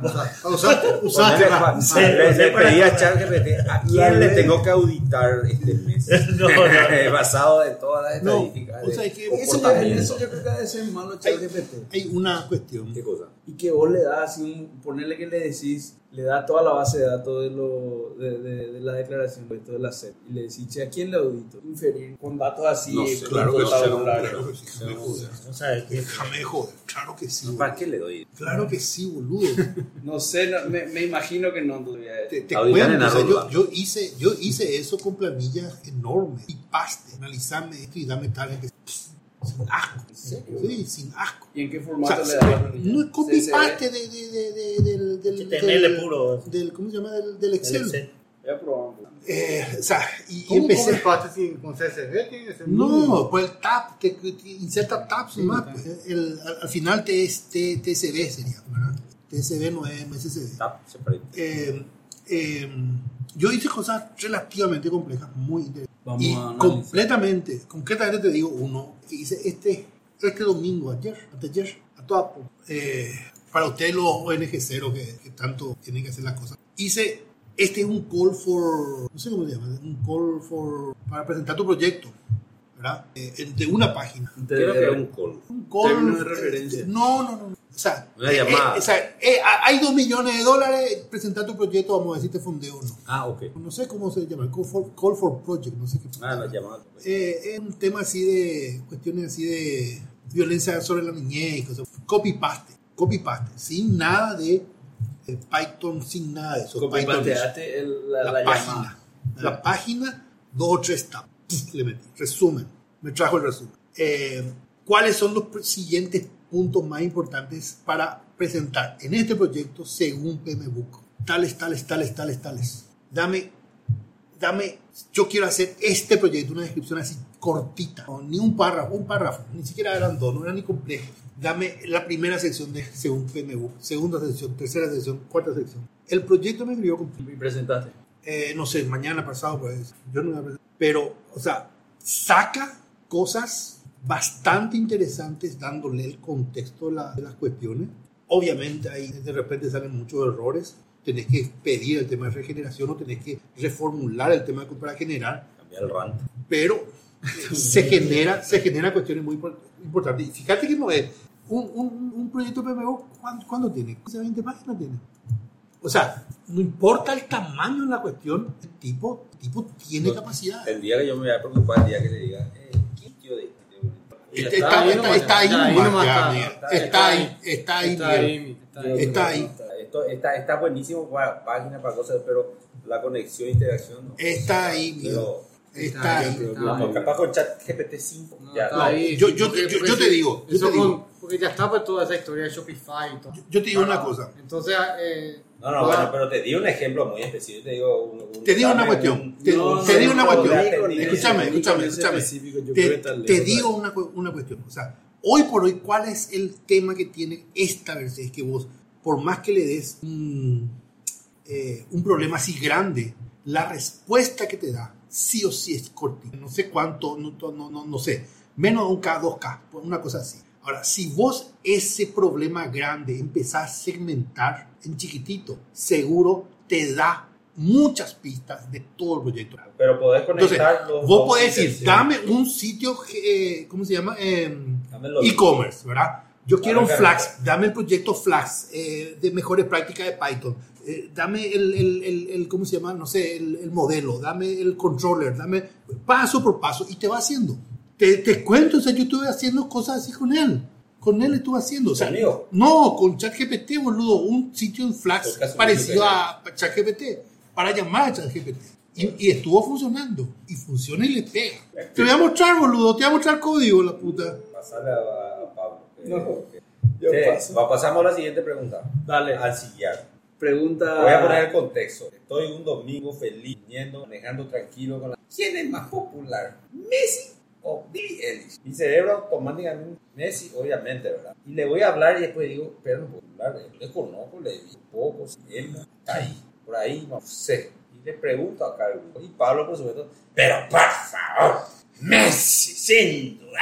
C: usaste, usaste, usaste.
B: Ponele,
C: ah,
B: Juan,
C: ah.
E: sí.
B: le, le
E: sí, para-
B: pedí a ChatGPT a quién le tengo que auditar este mes.
E: No, no.
B: Basado en todas las
D: No,
B: estadísticas.
D: o
B: de
D: sea, es que eso
A: Eso yo,
B: comportamiento.
A: eso yo creo que ha de ser malo ChatGPT.
D: Hay una cuestión.
B: ¿Qué cosa?
A: Y que vos le das, así un, ponerle que le decís, le da toda la base de datos de, lo, de, de, de la declaración de esto de la SEP. Y le decís, che, ¿a quién le audito? Inferir con datos así.
B: No sé,
A: con
B: claro que
A: bla,
B: sí,
A: bla, bla, bla.
D: Claro que sí, déjame joder.
E: No sabes qué.
D: Déjame joder, claro que sí.
B: ¿Para
D: boludo.
B: qué le doy?
D: Claro que sí, boludo.
A: No sé, no- me, me imagino que no todavía.
D: Te, te
B: Auditar
D: cuento,
B: en
D: o sea,
B: Aruba.
D: yo, yo hice, yo hice eso con planillas enormes. Y paste, analizame esto y dame tal. que- Sin asco.
A: ¿En serio?
D: Sí, sin asco.
A: ¿Y en qué
D: O sea,
A: formato le das?
D: no es copy paste de, de, de, de- del, del,
E: HTML
D: del-
E: puro.
D: del- ¿Cómo se llama? Del, del
E: el
D: Excel.
E: Excel.
A: Ya probamos.
D: Eh, o sea, y, y
C: ¿Cómo
D: empecé.
C: comes pasta sin con CSV? Tiene que ser mínimo.
D: No, pues el tab, te, te inserta tabs nomás, pues. El- al, al final te, es- te- TSV sería, ¿verdad? TSV no es SSV.
B: Tap, se perdió.
D: Eh, eh, yo hice cosas relativamente complejas, muy interesantes.
A: Vamos
D: y
A: a analizar.
D: completamente, concretamente te digo uno que hice este, este domingo, ayer, anteayer, a toda pu- eh, Para ustedes los ONG cero que, que tanto tienen que hacer las cosas. Hice, este es un call for, no sé cómo se llama, un call for, para presentar tu proyecto, ¿verdad? Eh, en- de una página.
B: Creo que era un call.
D: Un call-
A: Término de referencia.
D: este, No, no, no. no. O sea,
B: Una
D: eh,
B: llamada.
D: eh, o sea, eh, a- hay dos millones de dólares, presentar tu proyecto, vamos a decir, te fondeo o no.
B: Ah, ok.
D: No sé cómo se llama, Call for, call for Project, no sé qué.
B: Ah, la llamada.
D: Eh, es un tema así de, cuestiones así de violencia sobre la niñez y cosas. Copy paste, copy paste, sin nada de eh, Python, sin nada de eso. Python,
A: Copipateaste el- la,
D: la,
A: la
D: página.
A: llamada. Ah.
D: La página, dos o tres tabs. Le metí. Resumen. Me trajo el resumen. Eh, ¿Cuáles son los pr- siguientes puntos más importantes para presentar en este proyecto según PMBOK? Tales, tales, tales, tales, tales. Dame dame, yo quiero hacer este proyecto, una descripción así cortita, no, ni un párrafo, un párrafo, ni siquiera eran dos, no era ni complejo. Dame la primera sección de según PMU, segunda sección, tercera sección, cuarta sección. El proyecto me escribió completo.
A: Me presentaste.
D: Eh, no sé, mañana, pasado, pues, yo no voy a presentar. Pero, o sea, saca cosas bastante interesantes dándole el contexto de la- de las cuestiones. Obviamente ahí de repente salen muchos errores, tenés que pedir el tema de regeneración o tenés que reformular el tema para generar
B: Cambiar el rant.
D: pero se genera se genera cuestiones muy impor- importantes. Y fíjate que no es un, un- un proyecto PMO, ¿cuánto, cuánto tiene? 15, 20 páginas tiene. O sea, no importa el tamaño de la cuestión, el tipo, el tipo tiene
B: No,
D: capacidad.
B: El día que yo me voy a preocupar, el día que le diga, eh, ¿quién yo de este?
A: Y ya
D: Está- está-
A: ahí nomás,
D: está ahí
A: ya
D: nomás,
C: nomás,
D: ya,
C: está-
D: Miguel.
B: está-
D: Está ahí, está ahí,
A: Está
D: Miguel.
A: ahí, está ahí.
D: Está ahí.
B: Esto, está, está buenísimo para páginas, para cosas, pero la conexión e interacción no.
D: Está ahí, Miguel.
B: Pero-
D: Está ahí.
B: pero
A: Está ahí.
B: capaz con chat GPT-5.
A: No,
B: ya,
A: está
B: no.
A: ahí.
D: yo- yo- yo- yo te digo, yo
C: pues Eso
D: te digo.
C: con- porque ya estaba toda esa historia de Shopify y todo.
D: Yo- Yo te digo una cosa.
C: Entonces, eh,
B: No, no,
C: ahora-
A: Ah.
B: bueno, pero te di un ejemplo muy específico. Te digo, un- un-
D: Te digo una
B: dame
D: cuestión,
B: un-
D: te-
B: un-
D: te digo una
B: un-
D: cuestión.
B: un- un-
D: Escúchame, escúchame, escúchame. Te, te digo una, cu- una cuestión. O sea, hoy por hoy, ¿cuál es el tema que tiene esta versión? Es que vos, por más que le des un, eh, un problema así grande, la respuesta que te da sí o sí es cortita. No sé cuánto, no, no, no, no sé. Menos un K, 2K, una cosa así. Ahora, si vos ese problema grande empezás a segmentar en chiquitito, seguro te da muchas pistas de todo el proyecto.
B: Pero podés
D: Entonces,
B: conectar los.
D: vos
B: dos
D: podés decir,
B: ítems,
D: dame un sitio, eh, ¿cómo se llama? Eh,
B: Dame los-
D: E-commerce, ¿verdad? Yo
B: Dame
D: quiero un
B: carpeta.
D: Flax, dame el proyecto Flax eh, de mejores prácticas de Python, eh, dame el, el, el- el- ¿cómo se llama? No sé, el, el modelo, dame el controller, dame paso por paso y te va haciendo. Te, te cuento, o sea, yo estuve haciendo cosas así con él, con él estuve haciendo. O sea,
B: ¿Conmigo?
D: no, con ChatGPT, boludo, un sitio en Flax
B: Buscas un
D: parecido
B: sitio
D: a ChatGPT, para llamar a ChatGPT. Y, y estuvo funcionando, y funciona y le pega. Te voy a mostrar, boludo, te voy a mostrar código, la puta.
B: Pasale a, a Pablo. que-
A: No,
B: que-
A: yo
B: Sí,
A: paso.
B: va- pasamos a la siguiente pregunta.
A: Dale.
B: Al sillar.
A: Pregunta.
B: Voy a poner el contexto. Estoy un domingo feliz, viniendo, manejando tranquilo con la... ¿Quién es más popular? ¿Messi o Billy Ellis? Mi cerebro automáticamente, Messi, obviamente, ¿verdad? Y le voy a hablar y después digo, pero no popular, eh, le conozco, le vi un poco, si él no está ahí, por ahí, no sé. Y le pregunto a Carlos, y Pablo, por supuesto, pero por favor, Messi, sin duda.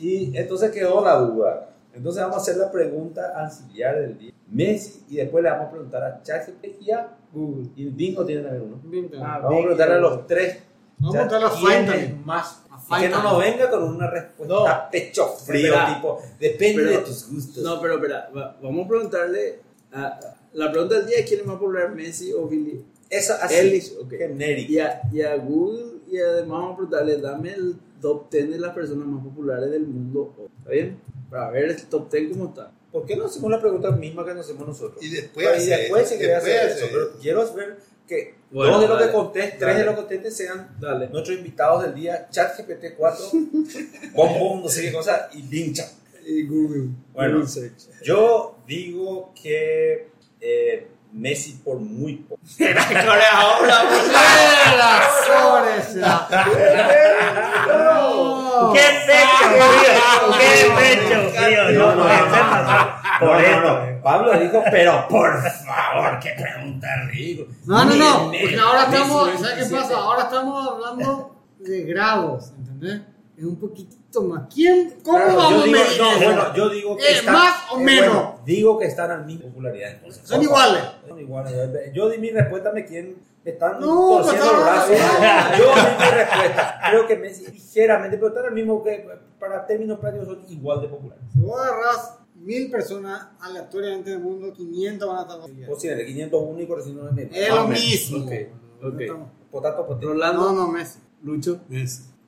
B: Y entonces quedó la duda. Entonces vamos a hacer la pregunta auxiliar del día. Messi y después le vamos a preguntar a ChatGPT y a Google. Y Bingo tiene también uno.
C: Vintage.
A: Ah,
B: Vamos a preguntarle a los tres.
C: Vamos a contar
B: Ya
C: la
B: tiene
C: Fine también, más. la
B: Y
C: Fine
B: que no nos
C: también.
B: venga con una respuesta
A: No.
B: a pecho frío,
A: Espera.
B: tipo, depende
A: Pero-
B: de tus gustos.
A: No, pero espera, va- vamos a preguntarle. a- a- la pregunta del día es: ¿quién es más popular, Messi o Billy?
B: Eso así,
A: Ellis, ok.
B: genérico.
A: Y a, y a Google, y además vamos a preguntarle: dame el top 10 de las personas más populares del mundo. hoy, ¿Está bien? Para ver el top 10 cómo está.
B: ¿Por qué no hacemos la pregunta misma que nos hacemos nosotros?
D: Y
B: Y
D: después,
B: después,
D: hacer-
B: se quiere hacer
D: después
B: eso.
D: hacer-
B: Pero quiero ver que
A: Bueno,
B: dos de los
A: dale,
B: que contesten, tres
A: dale.
B: de los que contesten sean
A: Dale.
B: nuestros invitados del día, ChatGPT 4, Bombón, no sé qué cosa, y Lincha.
A: Y Google.
B: Bueno.
A: Google Search.
B: Yo digo que eh, Messi por muy poco.
C: Oh.
E: ¡Qué pecho, tío! ¡Qué pecho, tío! No, no, Por esto. eh.
B: Pablo dijo, pero por favor, qué pregunta ridícula.
C: No, no, no.
B: Ni
C: Porque
B: Messi,
C: ahora
B: Messi,
C: estamos,
B: Messi,
C: ¿sabes qué
B: Messi.
C: pasa? Ahora estamos hablando de grados, ¿entendés? Es un poquitito más. ¿Quién? ¿Cómo
B: Claro,
C: vamos
B: yo
C: a
B: digo,
C: medir?
B: no,
C: eso?
B: bueno, yo digo que
C: Eh, más o menos.
B: bueno, digo que están al mismo popularidad. entonces.
C: Son
B: Por
C: iguales.
B: favor, Son iguales. Yo di mi respuesta, me quieren me están
C: No,
B: torciendo
C: pues,
B: los brazos.
C: no.
B: Yo di mi respuesta. Creo que Messi ligeramente, pero están al mismo que para términos prácticos son igual de populares.
C: Si vos agarrás mil personas aleatoriamente del este mundo, 500 van a estar.
B: O si en el 501 y 490.
C: Es lo mismo.
A: Ok, ok.
B: Potato, potato.
C: No,
A: Rolando,
C: no, Messi.
A: Lucho.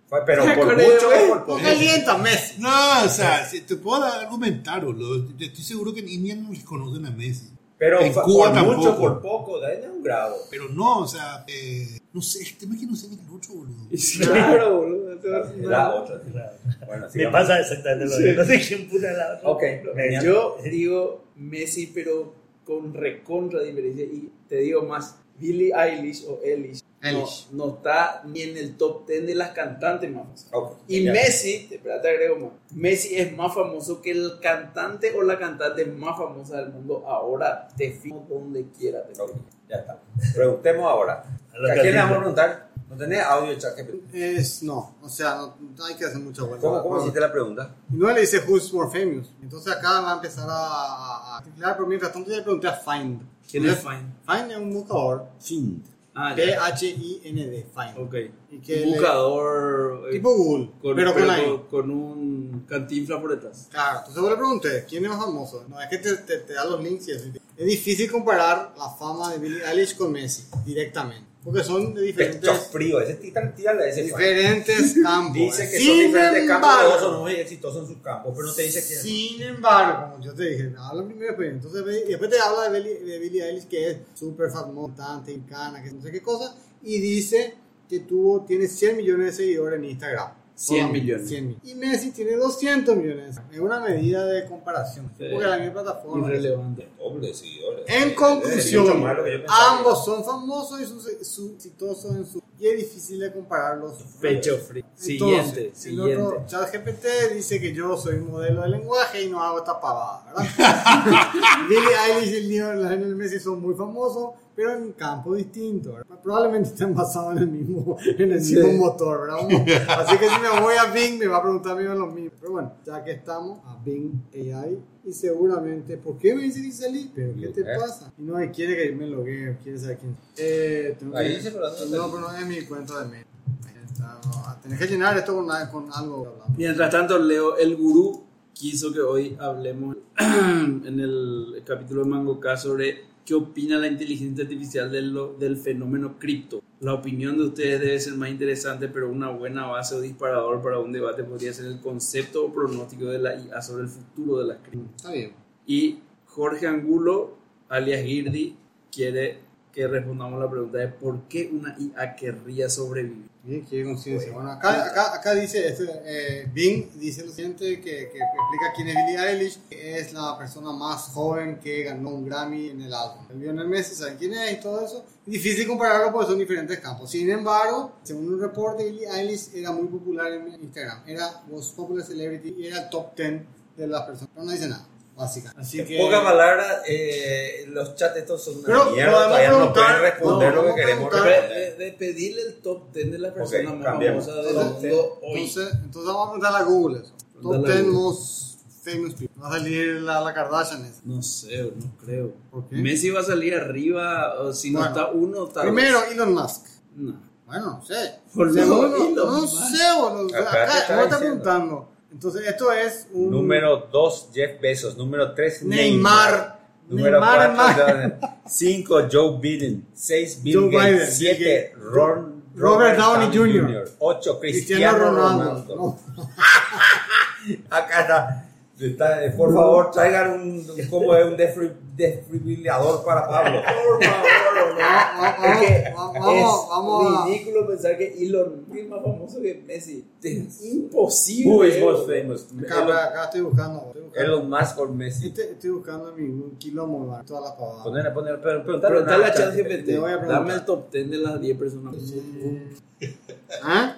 B: Fue- Pero por
A: Con el-
B: mucho o por
C: ¿Por
B: poco.
C: qué alienta a Messi?
D: No, o sea, si te puedo argumentar, boludo. Yo Estoy seguro que en India no les conocen a Messi.
B: Pero
D: En
B: fue-
D: Cuba
B: por mucho
D: tampoco.
B: por poco. Dale un grado.
D: Pero no, o sea, eh, no sé, el tema es que no sé ni el otro, boludo.
A: Claro, boludo. te vas a-
B: La otra. Bueno,
E: Me
B: sigamos.
E: pasa exactamente lo mismo. No sé quién puta es la otra.
B: Ok,
A: eh,
E: Me-
A: Yo digo Messi, pero con recontra diferencia. Y te digo más, Billie Eilish o Eilish no-
F: Eilish.
A: No, está ni en el top 10 de las cantantes más famosas.
B: Ok,
A: Y
B: ya.
A: Messi, espérate, agrego más. Messi es más famoso que el cantante o la cantante más famosa del mundo. Ahora te fijo donde quiera. te
B: Ok, ya está. Preguntemos ahora.
E: A lo
B: ¿A quién le
E: Casilda.
B: vamos a preguntar? ¿No tenés audio, ChatGPT?
C: Es, no, o sea, no, no hay que hacer mucha vuelta.
B: ¿Cómo, ¿Cómo
C: No.
B: hiciste la pregunta?
C: Y no le dice Who's More Famous. Entonces acá va a empezar a, a, a teclear, pero mientras tanto ya le pregunté a Find.
A: ¿Quién es Find?
C: Find es un buscador.
B: Find.
A: Ah, ya.
C: P-H-I-N-D, Find.
A: Ok.
C: Y que
A: Un
C: le-
A: buscador. eh,
C: tipo Google,
A: con,
C: pero con ahí.
A: con, con un cantinfla por detrás.
C: Claro, entonces vos le pregunté, ¿quién es más famoso? No, es que te, te, te da los links y así. Es difícil comparar la fama de Billie Eilish con Messi directamente. Porque son de
B: Pecho
C: diferentes,
B: frío. Ese titán tírala ese Find.
C: diferentes campos.
B: pues. Dice que son
C: Sin
B: diferentes campos,
C: embargo,
B: todos son muy exitosos en sus campos, pero no te dice quién.
C: Sin embargo, como yo te dije, habla primero, pues, entonces ve- y después te habla de Billie, de Billie Eilish, que es súper famosa, cantante en Cana, que no sé qué cosa, y dice que tuvo, tiene 100 millones de seguidores en Instagram.
A: 100
C: Solamente,
A: millones.
C: 100 mil. Y Messi tiene 200 millones. Es una medida de comparación.
A: Sí.
C: Porque la misma plataforma.
A: Irrelevante.
B: Doble de seguidores.
C: En
B: Eh, es mucho
C: conclusión,
B: más lo que yo pensaba.
C: ambos son famosos y son son exitosos en su. Y es difícil de compararlos.
A: Pecho frío. Siguiente,
C: Entonces, el
A: siguiente.
C: otro ChatGPT dice que yo soy modelo de lenguaje y no hago esta pavada, ¿verdad? Billie Eilish y Lionel Lionel Messi son muy famosos, pero en un campo distinto. ¿verdad? Probablemente estén basados en el mismo, en el mismo motor, ¿verdad? Uno- Así que si me voy a Bing, me va a preguntar mismo lo mismo. Pero bueno, ya que estamos a Bing AI y seguramente, ¿por qué me dice que salí? ¿Pero qué te
B: Eh.
C: pasa? Y no me quiere que me logue, quiere saber quién. Eh, tengo
B: Ahí
C: que-
B: dice, pero no-
C: no, pero no es mi cuenta de mail. Está- no, Tenés que llenar esto con, una- con algo. que hablamos.
A: Mientras tanto, Leo, el gurú, quiso que hoy hablemos en el capítulo de Mango K sobre qué opina la inteligencia artificial de lo- del fenómeno cripto. La opinión de ustedes debe ser más interesante, pero una buena base o disparador para un debate podría ser el concepto o pronóstico de la IA sobre el futuro de las cripto.
C: Está bien.
A: Y Jorge Angulo, alias Girdi, quiere que respondamos la pregunta de por qué una IA querría sobrevivir.
C: Bien, quiere conciencia. Bueno, acá, acá, acá dice, este, eh, Bing dice lo siguiente, que, que explica quién es Billie Eilish, que es la persona más joven que ganó un Grammy en el álbum. El Lionel Messi, ¿saben quién es? Y todo eso. Difícil compararlo porque son diferentes campos. Sin embargo, según un reporte, Billie Eilish era muy popular en Instagram. Era was popular celebrity y era top 10 de las personas. Pero no dice nada, básicamente. Así
B: En
C: que...
B: pocas palabras, eh, los chats estos son una
C: Pero
B: mierda,
C: podemos
B: todavía no
C: preguntar-
B: pueden responder
C: no,
B: lo
C: podemos
B: que queremos
C: preguntar-
B: responder.
A: de pedirle el top 10 de las
B: personas más cambiemos. famosas
A: del mundo
C: Entonces, eh, entonces vamos a preguntar a Google eso.
A: Preguntarle a
C: Top 10
A: Google.
C: most famous people. Va a salir la, la Kardashian esa.
A: No sé, no creo.
C: ¿Por qué?
A: Messi va a salir arriba, o si no
C: Bueno.
A: está uno, tal vez.
C: Primero, Elon Musk.
A: No.
C: Bueno, no sé.
A: Boludo,
C: Segundo,
A: Elon
C: no
A: Musk.
C: sé, boludo. O sea,
B: Acá te
C: Acá,
B: está
C: vos estás
B: diciendo.
C: preguntando. Entonces, esto es un.
B: Número 2, Jeff Bezos. Número 3,
C: Neymar.
B: Número
C: Neymar,
B: 4, 5, Joe Biden. 6, Bill
C: Joe Biden,
B: Gates.
C: Bill
B: 7,
C: Gates.
B: Ron,
C: Robert Downey Jr.
B: 8, Cristiano,
C: Cristiano Ronaldo.
B: Ronaldo.
C: No.
B: Acá está. Está, eh, por favor, traigan un, un- ¿cómo es? un desfri- desfibrilador para Pablo.
C: Ah, ah,
A: Es
C: ah, Vamos, vamos. a-
A: ridículo pensar que Elon Musk es más famoso que Messi. Es
B: Who is
A: imposible.
B: most famous?
C: Acá,
B: Elon,
C: acá estoy buscando. Estoy buscando,
B: Elon Musk o Messi.
C: Este- estoy buscando mi un quilombo, man, toda la pavada.
B: Poner, poner, pero- preguntarle
A: Pero está
B: nada,
A: la chat
B: chat.
A: GPT.
C: Te voy a preguntar.
A: Dame el top 10 de las 10 personas.
C: ¿Ah?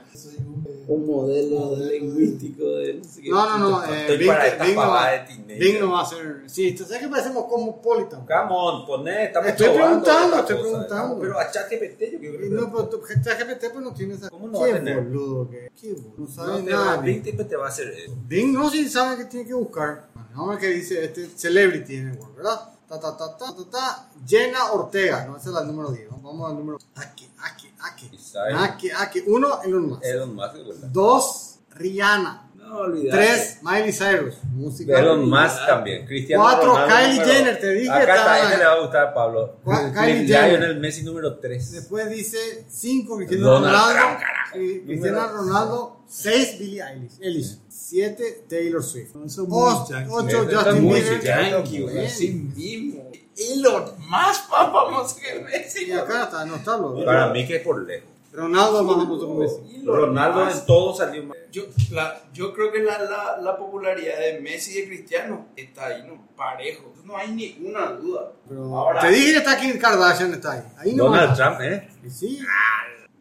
A: Un modelo de lingüístico de no sé qué.
C: No, no, no.
B: Estoy
C: eh,
B: para
C: Bing,
B: esta
C: Bing no
B: pavada
C: va,
B: de teenager.
C: Bing no va a ser. Sí, entonces es que parecemos cosmopolitan.
B: Come on, poné, estamos
C: Estoy
B: probando
C: preguntando,
B: otra
C: estoy
B: cosa, ¿eh?
C: preguntando.
B: Pero a ChatGPT yo creo que
C: Y No, pero tu GPT pues no tiene esa.
B: ¿Cómo no va a
C: Qué
B: tener?
C: boludo que- Qué boludo. No
B: no
C: sabe
B: te va,
C: nada.
B: Big
C: Bing.
B: Tip te va a hacer eso.
C: Bing no sí sabe que tiene que buscar. Vamos a ver qué dice este celebrity en el world, ¿verdad? Ta ta ta ta ta ta. Jenna Ortega, no, esa es la número 10. ¿no? Vamos al número. Ake, ake, ake.
B: Isai.
C: Ake, ake. Uno, Elon Musk.
B: Elon Musk, ¿verdad?
C: Dos, Rihanna.
A: No, olvidate.
C: Tres, Miley Cyrus. Música.
B: Elon Musk también. Cristiano
C: Cuatro,
B: Ronaldo,
C: Kylie
B: número-
C: Jenner, te dije,
B: Acá
C: estaba-
B: está, este le va a gustar a Pablo.
C: Cua- Kylie
B: Kylie
C: Jenner.
B: Lionel Messi número 3.
C: Después dice 5 Cristiano
B: Donald Trump,
C: Ronaldo.
B: carajo.
C: eh, Cristiano
B: Número-
C: Ronaldo. 6 Billie Eilish. 7 Taylor Swift.
D: son muy
C: 8
B: yankees.
C: Justin
B: Muy ¿eh?
C: Bieber.
B: yankee, güey.
A: Así mismo. Elon Musk más famoso que Messi.
C: Y acá está, no está lo.
B: Para mí que es por lejos.
C: Ronaldo más famoso que Messi.
A: Y lo
B: Ronaldo
A: demás,
B: en todo salió mal.
A: yo, la- yo creo que la, la- la popularidad de Messi y de Cristiano está ahí, ¿no? Parejo. No hay ninguna duda.
C: Pero
A: Ahora-
C: te dije que está Kim Kardashian, está ahí. Ahí no
B: Donald
C: más.
B: Trump, ¿eh?
C: Y Sí.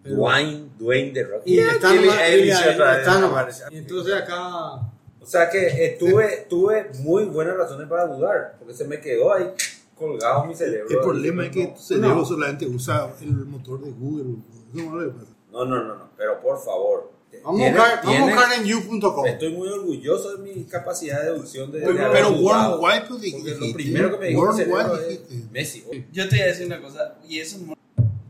C: Pero-
B: Dwayne, Dwayne de Rock.
C: Y está
B: Billie
C: nomás-
B: Eilish
C: Billie Eilish
B: otra vez
C: está nomás.
B: aparece.
C: Y entonces acá.
B: O sea que eh, tuve, tuve muy buenas razones para dudar, porque se me quedó ahí colgado mi cerebro.
D: El problema es que tu cerebro
C: No.
D: solamente usa el motor de Google. Eso no le pasa.
B: No, no, no, no, pero por favor. te-
C: Vamos a
B: tiene-
C: buscar, vamos a
B: tiene-
C: buscar en you.com.
B: Estoy muy orgulloso de mi capacidad de deducción de, de haber
D: Pero
B: dudado,
D: Worldwide pues,
B: porque
D: dijiste.
B: lo primero que me dijo el cerebro
D: Worldwide
B: es
D: dijiste.
B: Messi. oh,
A: Yo te voy a decir una cosa, y eso mo-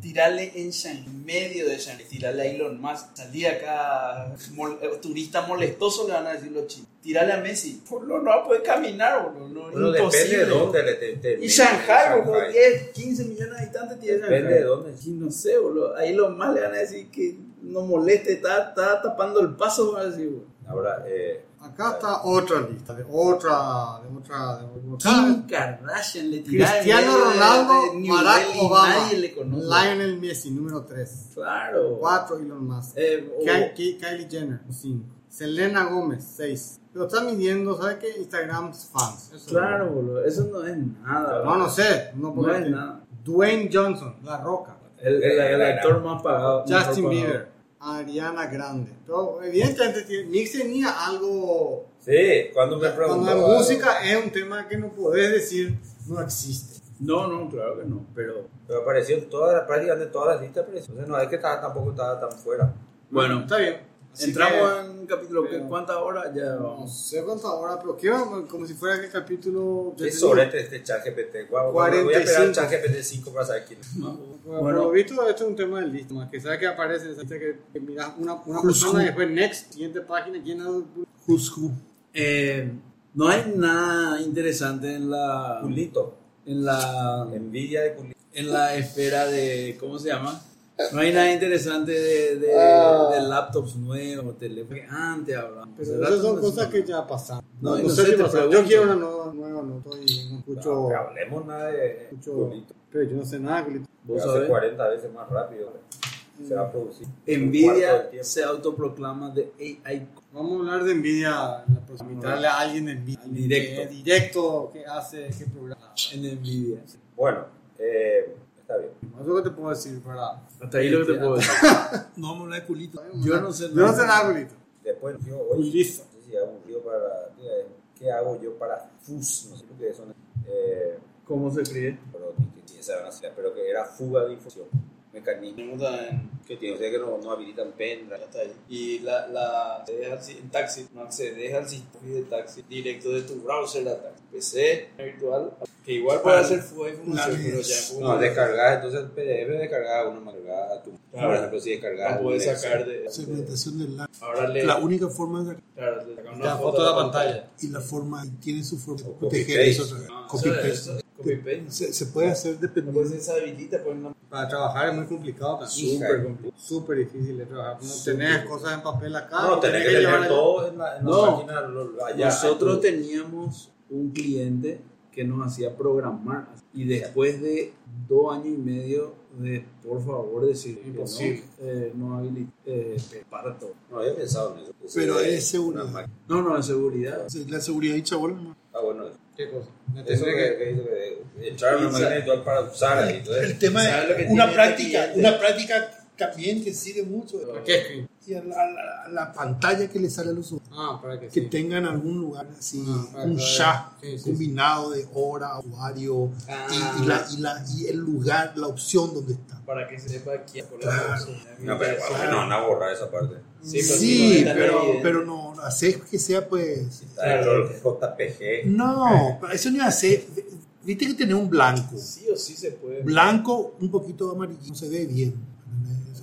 A: tirarle en Shanghai, en medio de Shanghai, tirarle a Elon Musk, salir acá, mol- eh, turista molestoso, le van a decir los chinos. Tirarle a Messi, boludo, no va a poder caminar, boludo, no,
B: Bueno, depende de
A: imposible.
B: dónde le te, te-
A: Y Shanghai, boludo,
B: Shanghai.
A: 10, 15 millones de habitantes tiene Shanghai.
B: Depende de dónde.
A: Y no sé, boludo, a Elon Musk le van a decir que no moleste, está, está tapando el paso, van a decir, boludo.
B: Ahora, eh,
C: Acá está otra lista, de otra, de otra, de otra.
A: Kim Kardashian le tira
C: Cristiano Ronaldo, Barack Obama,
A: nadie le conoce.
C: Lionel Messi, número 3.
A: Claro.
C: 4 Elon Musk.
A: Eh, o-
C: Ki- Ki- Kylie Jenner, 5. Selena Gómez, 6. Lo están midiendo, ¿sabes qué? Instagram fans. Eso es.
A: Claro, boludo, eso no es nada.
C: No,
A: boludo.
C: no sé. No,
A: No
C: puedo
A: es
C: decir.
A: nada.
C: Dwayne Johnson, La Roca.
A: El, el- el actor más pagado. mejor
C: Justin
A: pagado.
C: Bieber. Ariana Grande. Pero evidentemente tiene- Mix tenía algo.
B: sí, cuando me
C: Cuando la
B: preguntaba.
C: música es un tema que no podés decir no existe.
A: No, no, claro que no. Pero
B: Pero apareció en todas, prácticamente todas las listas, apareció. Entonces no es que estaba, tampoco estaba tan fuera.
A: bueno,
C: Está bien. Así
A: entramos
C: que-
A: en un capítulo. que
C: pero-
A: ¿Cuántas horas? Ya
C: No
A: vamos.
C: sé cuánto ahora, pero qué vamos, como si fuera aquel capítulo.
B: Qué sorete este chat GPT. Guau, guau, guau, voy a esperar el chat GPT 5 para saber quién es.
C: Bueno, por
A: Bueno.
C: lo visto, esto es un tema de lista, más que sabes que aparece, sabes que, que miras una, una
D: Who's
C: persona
D: who.
C: y después next, siguiente página, quién es el-
D: Who's who.
A: Eh, no hay nada interesante en la.
B: Culito.
A: En la.
B: Envidia de culito.
A: En la esfera de. ¿Cómo se llama? No hay nada interesante de, de, de laptops nuevos, teléfonos que antes hablábamos.
C: Ah. Pero
A: Hace
C: esas
A: rato
C: son
A: no
C: cosas
A: se-
C: que ya pasaron.
A: No,
C: No,
A: y
C: no
A: no
C: sé
A: sé,
C: si
A: te
C: pasaron. Yo
A: pregunto.
C: quiero una nueva, nueva nota y no escucho.
B: No, Ah, que hablemos nada de
C: Mucho-
B: culito.
C: Pero yo no sé nada, Julito.
B: Que
A: ¿Vos
B: hace
A: sabés? Mm.
B: 40 veces más rápido. güey. Se va a producir. Un cuarto del
A: Nvidia
B: tiempo.
A: se autoproclama de AI
C: Vamos a hablar de envidia en la próxima. Invitarle a alguien de envidia. alguien
A: Directo.
C: que- directo, que hace, qué programa.
A: en Nvidia.
B: Bueno, eh, está bien.
C: Eso que te puedo decir para.
A: Hasta ahí lo que te puedo decir.
D: No vamos a hablar de culito.
A: Yo no sé
C: Yo no sé nada, Julito.
B: Después yo hoy no sé si hago un río para qué hago yo para FUS, no sé lo que son eh,
A: ¿Cómo se escribe?
B: pero ni que ni esa van a ser, pero que era fuga de información, mecanismo que tiene, o sea que no, no habilitan pendrive.
A: Y la, la se deja así en taxi, no accedes al sistema de taxi directo de tu browser a taxi. PC virtual, que igual puede hacer fuga de información, pero ya en
B: No,
A: Google
B: descargar, entonces el PDF descargar uno más cargada a tu, por
A: Claro.
B: ejemplo, si descargar
A: no puedes sacar de.
D: Segmentación del la,
A: Ahora le.
D: la única forma de
A: claro, le sacan una
C: La foto de la pantalla.
D: y la forma y tiene su forma de
B: O
D: proteger
B: copy-paste.
D: eso.
A: Ah,
D: Copy
A: eso-
D: paste.
A: eso- Copy paste.
D: Se, se puede hacer
A: Después
D: dependiendo.
A: esa habilita, pues no.
C: Para trabajar es muy complicado también.
B: Hija.
C: Súper complicado. Súper difícil de trabajar. No tenés cosas en papel acá.
A: Ah,
B: No, tenés que tener
C: llevar
B: todo en la, en la
A: No.
B: máquina. lo- lo- allá,
A: Nosotros
B: tú-
A: teníamos un cliente que nos hacía programar y después de dos años y medio de por favor decir que
C: Imposible.
A: no, eh, no habilita, eh, te parto.
B: No había pensado en eso. que
D: Pero
B: sea
D: es seguro.
B: una máquina.
A: No, no, de seguridad.
D: La seguridad y chabón. no.
B: Ah, bueno,
C: ¿Qué cosa?
B: eso que, que hizo que entrar a una
A: Y
B: máquina
A: sa-
B: virtual para usar ahí, entonces,
D: El tema
A: ¿Sabes lo que
D: es una
A: tiene
D: práctica,
A: este cliente?
D: una práctica también que sirve mucho.
C: ¿Qué?
D: Y a la, a la- a la pantalla que le sale a los ojos.
C: Ah, para que
D: Que
C: sí.
D: tengan algún lugar así,
C: Ah, para
D: un
C: saber.
D: chat
C: Sí, sí,
D: combinado de hora, horario
A: Ah.
D: y, y la, y, la, y el lugar, la opción donde está.
A: Para que sepa quién por
D: Claro.
B: no, pero bueno, no van a borrar esa parte.
A: Sí, pero
D: Sí,
A: no está
D: pero,
A: ahí, ¿eh?
D: pero no, haces que sea pues...
B: Está dentro del JPG.
D: No,
A: Eh.
D: pero eso no hace... Viste que tiene un blanco.
A: Sí o sí se puede.
D: Blanco, un poquito amarillo, no se ve bien.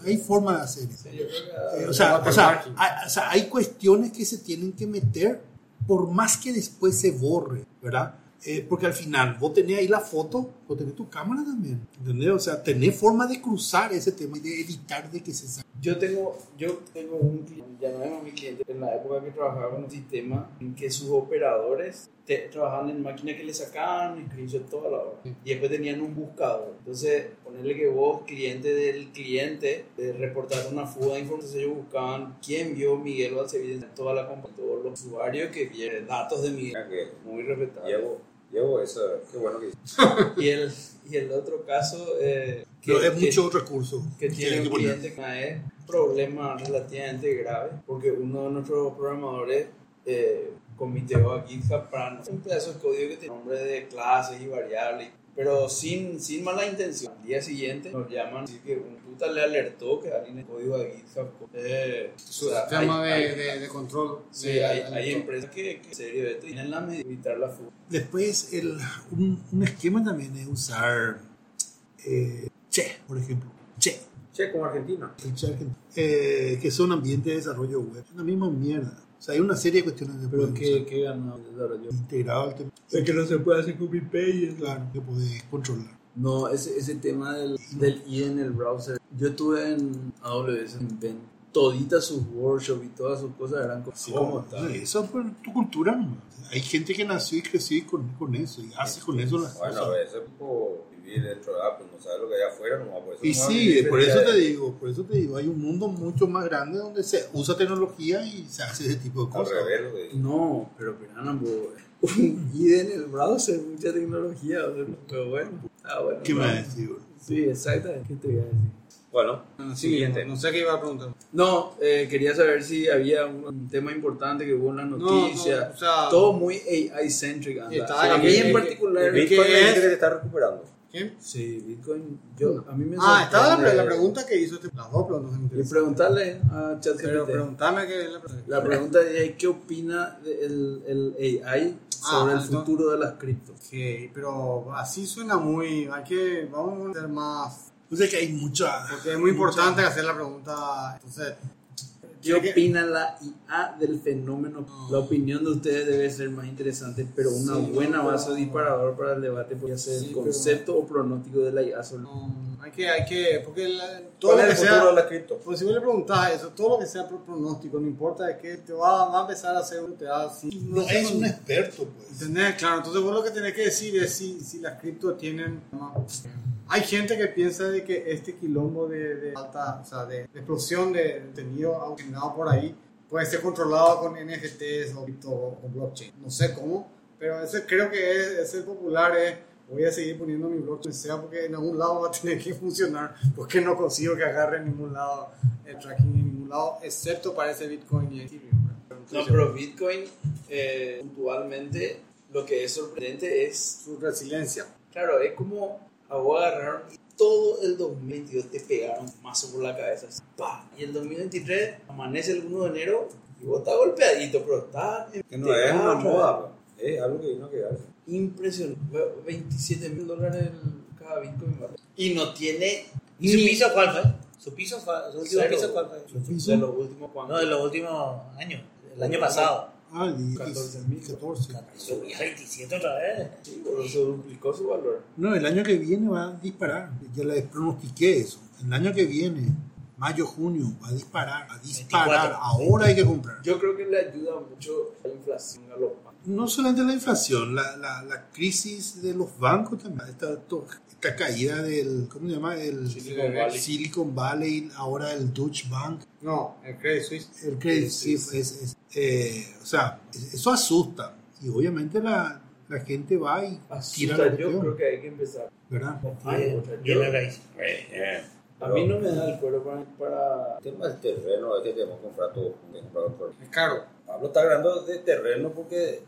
D: Hay forma de hacer eso.
A: Sí, yo creo que-
D: Eh, o, sea, o, sea,
C: Watermarking.
D: hay, o sea, hay cuestiones que se tienen que meter por más que después se borre, ¿verdad? Eh, porque al final vos tenés ahí la foto, vos tenés tu cámara también, ¿entendés? O sea, tenés forma de cruzar ese tema y de evitar de que se salga.
A: Yo tengo, yo tengo un cliente, ya no era mi cliente, en la época que trabajaba con un sistema en que sus operadores te- trabajaban en máquinas que le sacaban screenshot toda la hora. Y después tenían un buscador. Entonces, ponerle que vos, cliente del cliente, de reportar una fuga de información, ellos buscaban quién vio Miguel Valsevides en toda la compañía, todos los usuarios que vieron datos de Miguel.
B: Mira que
A: Muy respetable.
B: llevo, llevo eso. Qué bueno que hiciste.
A: Y el, y el otro caso eh, que,
D: Pero es
A: que-
D: mucho recurso.
A: que tiene
D: hay
A: un
D: poner.
A: cliente que es problema relativamente grave porque uno de nuestros programadores eh, comiteó a GitHub para no- un pedazo de código que tiene nombre de clases y variables pero sin, sin mala intención. Al día siguiente nos llaman así que un puta le alertó que alguien en el código de GitHub. co- Eh,
C: Su
A: o sea,
C: sistema
A: hay-
C: de,
A: hay-
C: de, de control.
A: sí,
C: de-
A: hay,
C: de-
A: hay empresas que, que en serio esto tienen la medida de evitar la fuga.
D: Después, el, un, un esquema también es usar eh, Che, por ejemplo. Che.
B: Che, como Argentina.
D: el Che argentino. Eh, que son ambientes de desarrollo web. Es la misma mierda. O sea, hay una serie de cuestiones de
A: Pero que, que ganó el desarrollo.
D: integrado al tema.
A: Es que no se puede hacer copy paste.
D: Claro, que podés controlar.
A: No, ese, ese tema del, del ID en el browser. Yo estuve en AWS, en Ven. Toditas sus workshops y todas sus cosas eran co- así como
D: No,
A: tal.
D: Eso es por tu cultura nomás. Hay gente que nació y creció con, con eso y hace con eso las
B: Bueno, eh, a
D: cosas.
B: ver, ese tipo vivir dentro de Apple, no sabe lo que hay afuera, no por eso.
D: Y
B: no va a
D: sí,
B: vivir
D: por
B: frente
D: eso
B: a
D: te
B: él.
D: digo, por eso te digo, hay un mundo mucho más grande donde se usa tecnología y se hace ese tipo
B: Al
D: de cosas.
B: revés, lo que digo.
A: No, pero Piranha, pues, un ID en el browser, mucha tecnología, o sea, pero bueno. Ah, bueno.
D: ¿Qué
A: no.
D: me vas a decir, bro?
A: Sí, exactamente. ¿Qué te voy a decir?
B: Bueno,
C: Ah, sí,
B: Siguiente.
C: No, no sé qué iba a preguntar.
A: No, eh, quería saber si había un, un tema importante que hubo en las
C: No, no,
A: noticias.
C: o sea,
A: Todo muy AI-centric. anda.
C: Está-
A: A mí
C: que-
A: en
B: el
A: particular.
C: que-
B: Bitcoin es
C: es-
B: el que se está recuperando.
C: ¿quién?
A: Sí, Bitcoin. Yo, a mí me
C: Ah, estaba la,
A: sorprende-
C: la pregunta que hizo este. Las dos preguntas me
A: Y
C: interesan.
A: preguntarle a ChatGPT.
C: Pero preguntame qué es la pregunta.
A: la pregunta es ¿qué opina de el, el AI sobre
C: Ah,
A: el
C: entonces-
A: futuro de las criptos?
C: Ok, pero así suena muy. Hay que. Vamos a hacer más.
D: O sea que hay ah, mucha.
C: Porque es muy importante hacer la pregunta. Entonces.
A: ¿Qué
C: tiene que-
A: opina la IA del fenómeno? La opinión de ustedes debe ser más interesante, pero una
C: Sí,
A: buena
C: pero-
A: base o disparador para el debate podría ser
C: Sí,
A: el
C: pero-
A: concepto o pronóstico de la IA sobre
C: No, hay que. Hay que porque la- todo
B: ¿Cuál
C: lo
B: es
C: que
B: el futuro de
C: sea.
B: la cripto?
C: Pues si vos le preguntás eso, todo lo que sea por pronóstico, no importa de qué, te va, va a empezar a hacer un te va a- sí,
D: No
C: sé
D: es
C: con-
D: un experto, pues.
C: ¿Entendés? Claro, entonces vos lo que tenés que decir es si, si las cripto tienen... Hay gente que piensa de que este quilombo de, de alta, o sea, de, de explosión de contenido generado por ahí puede ser controlado con NFTs o cripto o con blockchain. No sé cómo, pero ese creo que es, es el popular, es voy a seguir poniendo mi blockchain, sea porque en algún lado va a tener que funcionar, porque no consigo que agarre en ningún lado el tracking en ningún lado, excepto para ese Bitcoin y Ethereum. ¿verdad?
A: No, pero Bitcoin, eh, puntualmente, lo que es sorprendente es
C: Su resiliencia.
A: Claro, es como a vos agarraron y todo el 2022 te pegaron un mazo por la cabeza. así, ¡pa! Y el 2023 amanece el 1 de enero y vos estás golpeadito, pero estás
B: Que no
A: te
B: es una
A: agarra.
B: moda, pues. bro. es algo que vino a quedarse.
A: Impresionante. 27 mil dólares el- cada Bitcoin. ¿vale? Y no tiene
E: ¿Y su piso cuál fue? ¿Su piso fue? ¿Su último
A: Cero.
E: piso cuál fue?
A: de los últimos
E: No,
A: cuantos.
E: de los últimos años. El año pasado.
D: Ah,
A: 14.000.
D: 14.
E: Subí a 27 otra vez.
A: Sí, por eso duplicó su valor.
D: No, el año que viene va a disparar. Ya les pronostiqué eso. El año que viene, mayo, junio, va a disparar. Va a disparar.
E: 24.
D: Ahora hay que comprar.
A: Yo creo que le ayuda mucho la inflación a los bancos.
D: No solamente la inflación, la, la, la crisis de los bancos también. Esta, to- esta caída del, ¿cómo se llama? El
A: Silicon Valley.
D: Silicon Valley, ahora el Deutsche Bank.
C: No, el Credit Suisse.
D: El Credit Suisse es, es- eh, o sea, es- eso asusta. Y obviamente la, la gente va y tira la
A: Asusta, yo
D: cuestión,
A: creo que hay que empezar.
D: ¿verdad?
E: Y la raíz.
B: eh.
A: A mí no me da el cuero para, para
B: El tema del terreno es que queremos comprar todo. que comprar por-
C: Es caro.
B: Pablo está hablando de terreno porque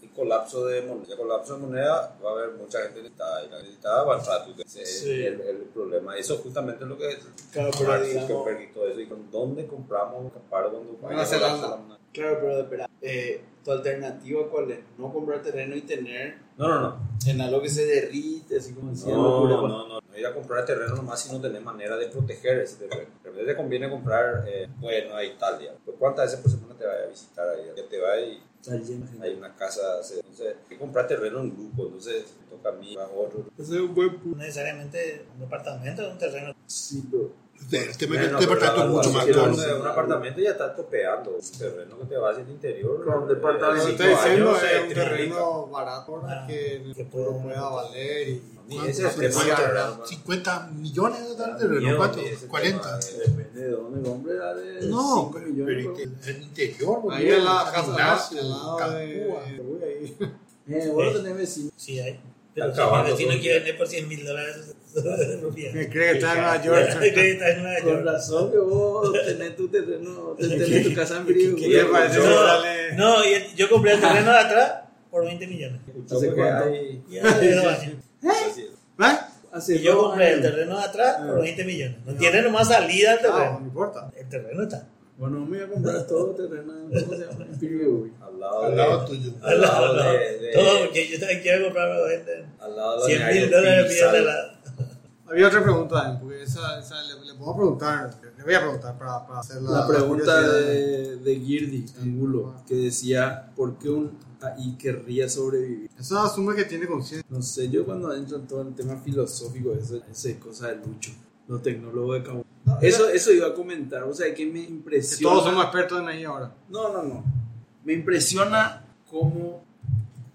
B: el colapso de moneda, el colapso de moneda va a haber mucha gente necesitada y la necesitada va a estar tú. Ese es
A: Sí.
B: el, el problema. Eso justamente es lo que es.
A: Claro, pero
B: Mark
A: digamos-
B: Zuckerberg y todo eso. ¿Y con dónde compramos capar cuando vaya a
C: Zelanda.
B: colapsar la moneda?
A: Claro, pero espera, eh, tu alternativa cuál es? No comprar terreno y tener
B: No, no, no.
A: en algo que se derrite, así como decía
B: No,
A: locura.
B: no, no, no. ir a comprar terreno nomás si no tenés manera de proteger ese terreno. De repente te conviene comprar, eh, bueno, a Italia. Pues cuántas veces por semana te vaya a visitar ahí. Ya te va y
A: Está lleno de gente.
B: hay una casa. se- Entonces, hay que comprar terreno en grupo. Entonces, me toca a mí, a otro.
A: Ese es un buen punto.
E: No necesariamente un departamento, un terreno.
A: Sí, pero
D: El tema es que
B: Bueno,
D: este
B: pero
D: departamento es
B: algo
D: mucho
B: así,
D: más
B: si
D: caro.
B: hablamos de un apartamento ya está topeando. Un terreno que te vas hacia el interior.
A: Con un
B: eh,
A: departamento.
C: Lo que
B: cinco
C: estoy diciendo
B: años, eh,
C: es un
B: triplica.
C: terreno barato para que,
E: Que pueda-
C: pueda, pueda valer y
B: Ni
D: ¿Cuánto?
B: ese es el tema,
D: 50,
B: ¿verdad?
D: 50 millones de dólares de
B: Miedo,
D: terreno, ¿cuánto?
B: ni ese tema,
D: 40.
B: eh,
A: Depende de dónde, hombre, da de
D: No,
A: 5 millones.
D: pero el el interior, boludo,
C: Ahí en la
D: el
C: casa,
D: gimnasio,
C: al lado
D: Capúa.
C: de. Uy, ahí.
A: Eh, vos tenés vecinos.
E: Sí, hay. Pero si
B: Está acabando
E: el vecino
B: todo.
E: quiere vender por 100 mil dólares rupias.
C: Me cree que está en Nueva
E: Cree
C: York. ¿eh?
E: que está en Nueva
A: Con
E: York.
A: razón que vos tenés tu terreno, tenés tu casa en frío.
C: ¿Qué te parece que
E: No,
C: sale?
E: No, y el- yo compré el terreno de atrás por 20 millones.
B: Escuchamos que
A: cuánto?
B: hay-
E: Y ahora yo no vale.
C: ¿Ves?
B: Ah,
A: Hace
E: Y yo
A: dos
E: compré el
A: años.
E: terreno de atrás por 20 millones. No
C: No.
E: tiene nomás salida el
C: Ah, no
E: terreno.
C: importa.
E: El terreno está.
A: Bueno, me voy a comprar todo terreno. ¿Cómo se llama? En Piribebuy.
B: Al lado,
D: Al
B: de-
D: lado tuyo.
E: Al lado,
B: al lado de- de-
E: Todo, porque yo también quiero comprarme en
B: al lado de
E: 100
B: Aeropi,
E: mil dólares pide
B: sal.
E: al lado.
C: Había otra pregunta, Dani, porque esa, esa le, le puedo preguntar, le voy a preguntar para, para hacer la,
A: La pregunta
C: curiosidad.
A: de, de Girdi Angulo, que decía, ¿por qué un AI querría sobrevivir?
C: Eso asume que tiene conciencia.
A: No sé, yo cuando entro en todo el tema filosófico, eso, eso es cosa de Lucho, los tecnólogos de Cabo. Eso, eso iba a comentar, o sea, que me
C: Que
A: impresiona...
C: todos somos expertos en ahí ahora.
A: No, no, no. Me impresiona cómo